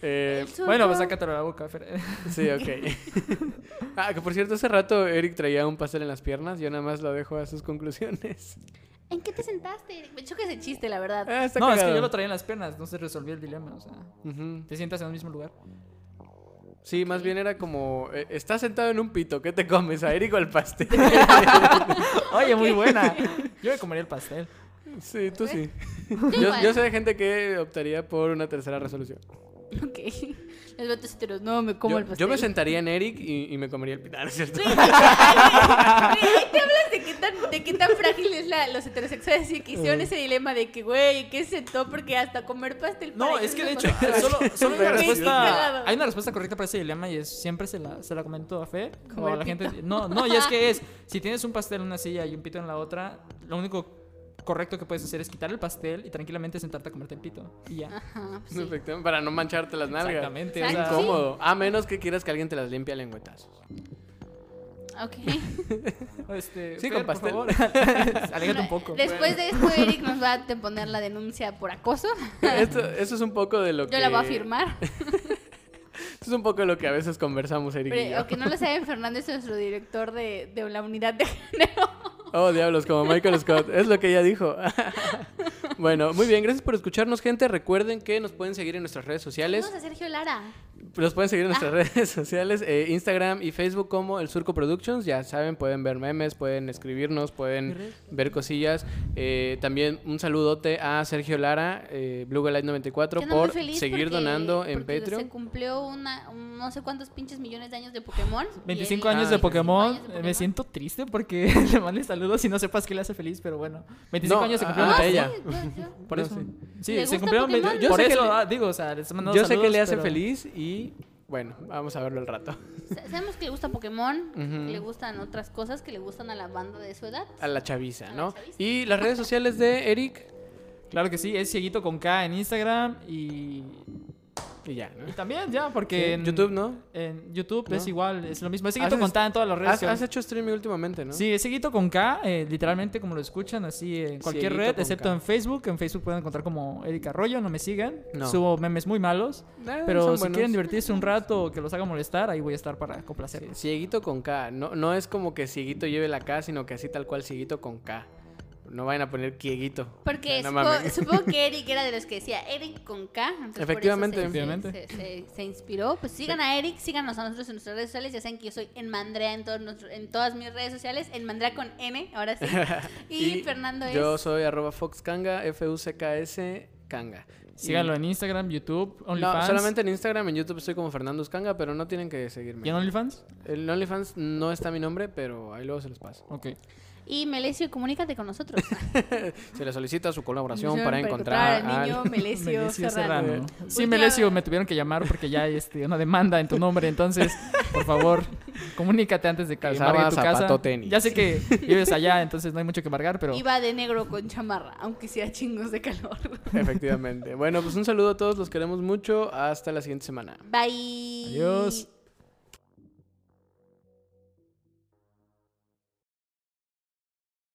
S1: Eh,
S7: Bueno, pues sácatelo de la boca, Fer.
S1: Sí, ok. ah, que por cierto, hace rato Eric traía un pastel en las piernas. Yo nada más lo dejo a sus conclusiones.
S3: ¿En qué te sentaste, Eric? Me choca ese chiste, la verdad.
S1: Ah, está
S7: No, es que
S1: cagado.
S7: yo lo traía en las piernas, no se resolvió el dilema. O sea,
S1: Ujú.
S7: te sientas en el mismo lugar.
S1: Sí, más bien era como, eh, estás sentado en un pito, ¿qué te comes? ¿A Eric o al pastel?
S7: Oye, muy buena. Yo me comería el pastel.
S1: sí, tú sí.
S3: Yo
S1: Yo,
S3: igual.
S1: yo sé de gente que optaría por una tercera resolución.
S3: Ok. Los vatos heteros, no, me como
S1: Eh. yo,
S3: el pastel.
S1: yo me sentaría en Eric y, y me comería el pito. Ah, no es cierto.
S3: Güey, güey, güey, ¿Te hablas de qué tan, de qué tan frágil es la, los heterosexuales y que hicieron ese dilema de que, güey, ¿qué se sentó? Porque hasta comer pastel
S7: No,
S3: para
S7: es que de
S3: ellos
S7: hecho,
S3: no pasaba.
S7: solo, solo
S1: Pero
S7: hay una
S1: sí.
S7: respuesta.
S3: Cagado.
S7: Hay una respuesta correcta para ese dilema y es siempre se la, se la comento a Fe.
S3: Como
S7: O a
S3: el
S7: la gente.
S3: pito.
S7: No, no, ya es que es. Si tienes un pastel en una silla y un pito en la otra, lo único correcto que puedes hacer es quitar el pastel y tranquilamente sentarte a comerte el pito. Y ya.
S3: Ajá, pues sí.
S1: Efectivamente, Para no mancharte las nalgas.
S7: Exactamente. o
S1: Es
S7: sea,
S3: Exacto.
S1: incómodo. A menos que quieras que alguien te las limpie a lengüetazos.
S3: Ok.
S7: este,
S1: Sí,
S7: Fer,
S1: con pastel.
S7: Por favor, aléjate un poco.
S3: Después de esto, Eric nos va a poner la denuncia por acoso.
S1: Esto, eso es un poco de lo que...
S3: Ah. Yo la voy a firmar.
S1: Esto es un poco de lo que a veces conversamos, Eric y yo.
S3: Pero, aunque no lo saben, Fernando es nuestro director de, de la unidad de género.
S1: Oh, diablos, como Michael Scott. Es lo que ella dijo. bueno, muy bien. Gracias por escucharnos, gente. Recuerden que nos pueden seguir en nuestras redes sociales.
S3: Vamos a Sergio Lara.
S1: Nos pueden seguir en
S3: Ah.
S1: nuestras redes sociales, eh, Instagram y Facebook como El Surco Productions. Ya saben, pueden ver memes, pueden escribirnos, pueden ver cosillas. Eh, también un saludote a Sergio Lara, eh, Blue Light 94
S3: Que ando muy
S1: por
S3: feliz
S1: seguir
S3: porque-
S1: donando en
S3: porque
S1: Patreon.
S3: Se cumplió una, un no sé cuántos pinches millones de años de Pokémon. y
S7: 25
S3: él-
S7: años
S1: Ah.
S7: de
S3: 25
S7: Pokémon.
S3: años de
S7: Me siento triste porque le mandé saludos y no sepas qué le hace feliz, pero bueno. 25
S1: No,
S7: años se
S1: ah,
S7: cumplieron
S1: ah,
S7: a
S1: sí. ella.
S7: ella.
S3: yo- yo-
S7: Por
S1: No,
S7: eso.
S1: sí.
S3: ¿Le
S7: Sí, se
S3: gusta
S7: cumplieron.
S3: Pokémon?
S7: 20
S1: Yo
S7: por
S1: sé que
S7: eso,
S1: le-
S7: ah, digo, o sea, les mando
S1: Yo sé que
S7: saludos,
S1: le hace
S7: pero-
S1: feliz y bueno, vamos a verlo al rato.
S3: sa- Sabemos que le gusta Pokémon,
S1: Ujú.
S3: que le gustan otras cosas que le gustan a la banda de su edad.
S1: A la chaviza,
S3: A la
S1: ¿no?
S3: chaviza.
S1: Y las redes sociales de Eric
S7: Claro que sí, es Cieguito con K en Instagram y,
S1: y ya, ¿no?
S7: y también ya, porque
S1: Sí,
S7: en
S1: YouTube, ¿no?
S7: En YouTube
S1: ¿No?
S7: es igual, es lo mismo. Es Cieguito
S1: ¿Haces-
S7: con K en todas las redes
S1: Has, has
S7: sociales.
S1: hecho streaming últimamente, ¿no?
S7: Sí, es Cieguito con K, eh, literalmente como lo escuchan, así en cualquier
S1: Cieguito
S7: red,
S1: con
S7: excepto
S1: K.
S7: en Facebook. En Facebook pueden encontrar como Erika Arroyo, no me sigan.
S1: No.
S7: Subo memes muy malos.
S1: Ah,
S7: Pero
S1: son
S7: si
S1: buenos.
S7: quieren divertirse un rato o que los haga molestar, ahí voy a estar para
S1: Sí,
S7: complacerlos.
S1: Cieguito con K. No, no es como que Cieguito lleve la K, sino que así tal cual Cieguito con K. No vayan a poner Quieguito.
S3: Porque
S1: Ah, No
S3: supo-
S1: mames.
S3: supongo que Eric era de los que decía Eric con K. entonces por eso
S1: Efectivamente.
S3: se- se-
S7: Efectivamente.
S3: Se, se- se inspiró. Pues sigan a Eric, síganos a nosotros en nuestras redes sociales. Ya saben que yo soy en Mandrea en, todos nuestro- en todas mis redes sociales. En Mandrea con N, ahora sí. Y, Fernando es.
S1: Yo soy arroba foxcanga, F-U-C-K-S, canga.
S7: Síganlo
S1: Y-
S7: en Instagram, YouTube,
S1: No,
S7: OnlyFans.
S1: solamente en Instagram, en YouTube estoy como Fernando Uscanga, pero no tienen que seguirme.
S7: ¿Y en OnlyFans?
S1: En OnlyFans no está mi nombre, pero ahí luego se los paso.
S7: Ok.
S3: Y Melesio, comunícate con nosotros.
S1: Se les solicita su colaboración
S3: Misión
S1: para encontrar
S3: al
S1: al-
S3: niño Melesio,
S7: Melesio
S3: Serrano.
S7: Serrano. Sí,
S3: Última-
S7: Melesio, me tuvieron que llamar porque ya hay este, una demanda en tu nombre. Entonces, por favor, comunícate antes de que
S1: Calzaba,
S7: embargue tu casa.
S1: zapato, tenis.
S7: Ya sé que vives allá, entonces no hay mucho que embargar, pero
S3: Iba de negro con chamarra, aunque sea chingos de calor.
S1: Efectivamente. Bueno, pues un saludo a todos, los queremos mucho. Hasta la siguiente semana.
S3: Bye.
S7: Adiós.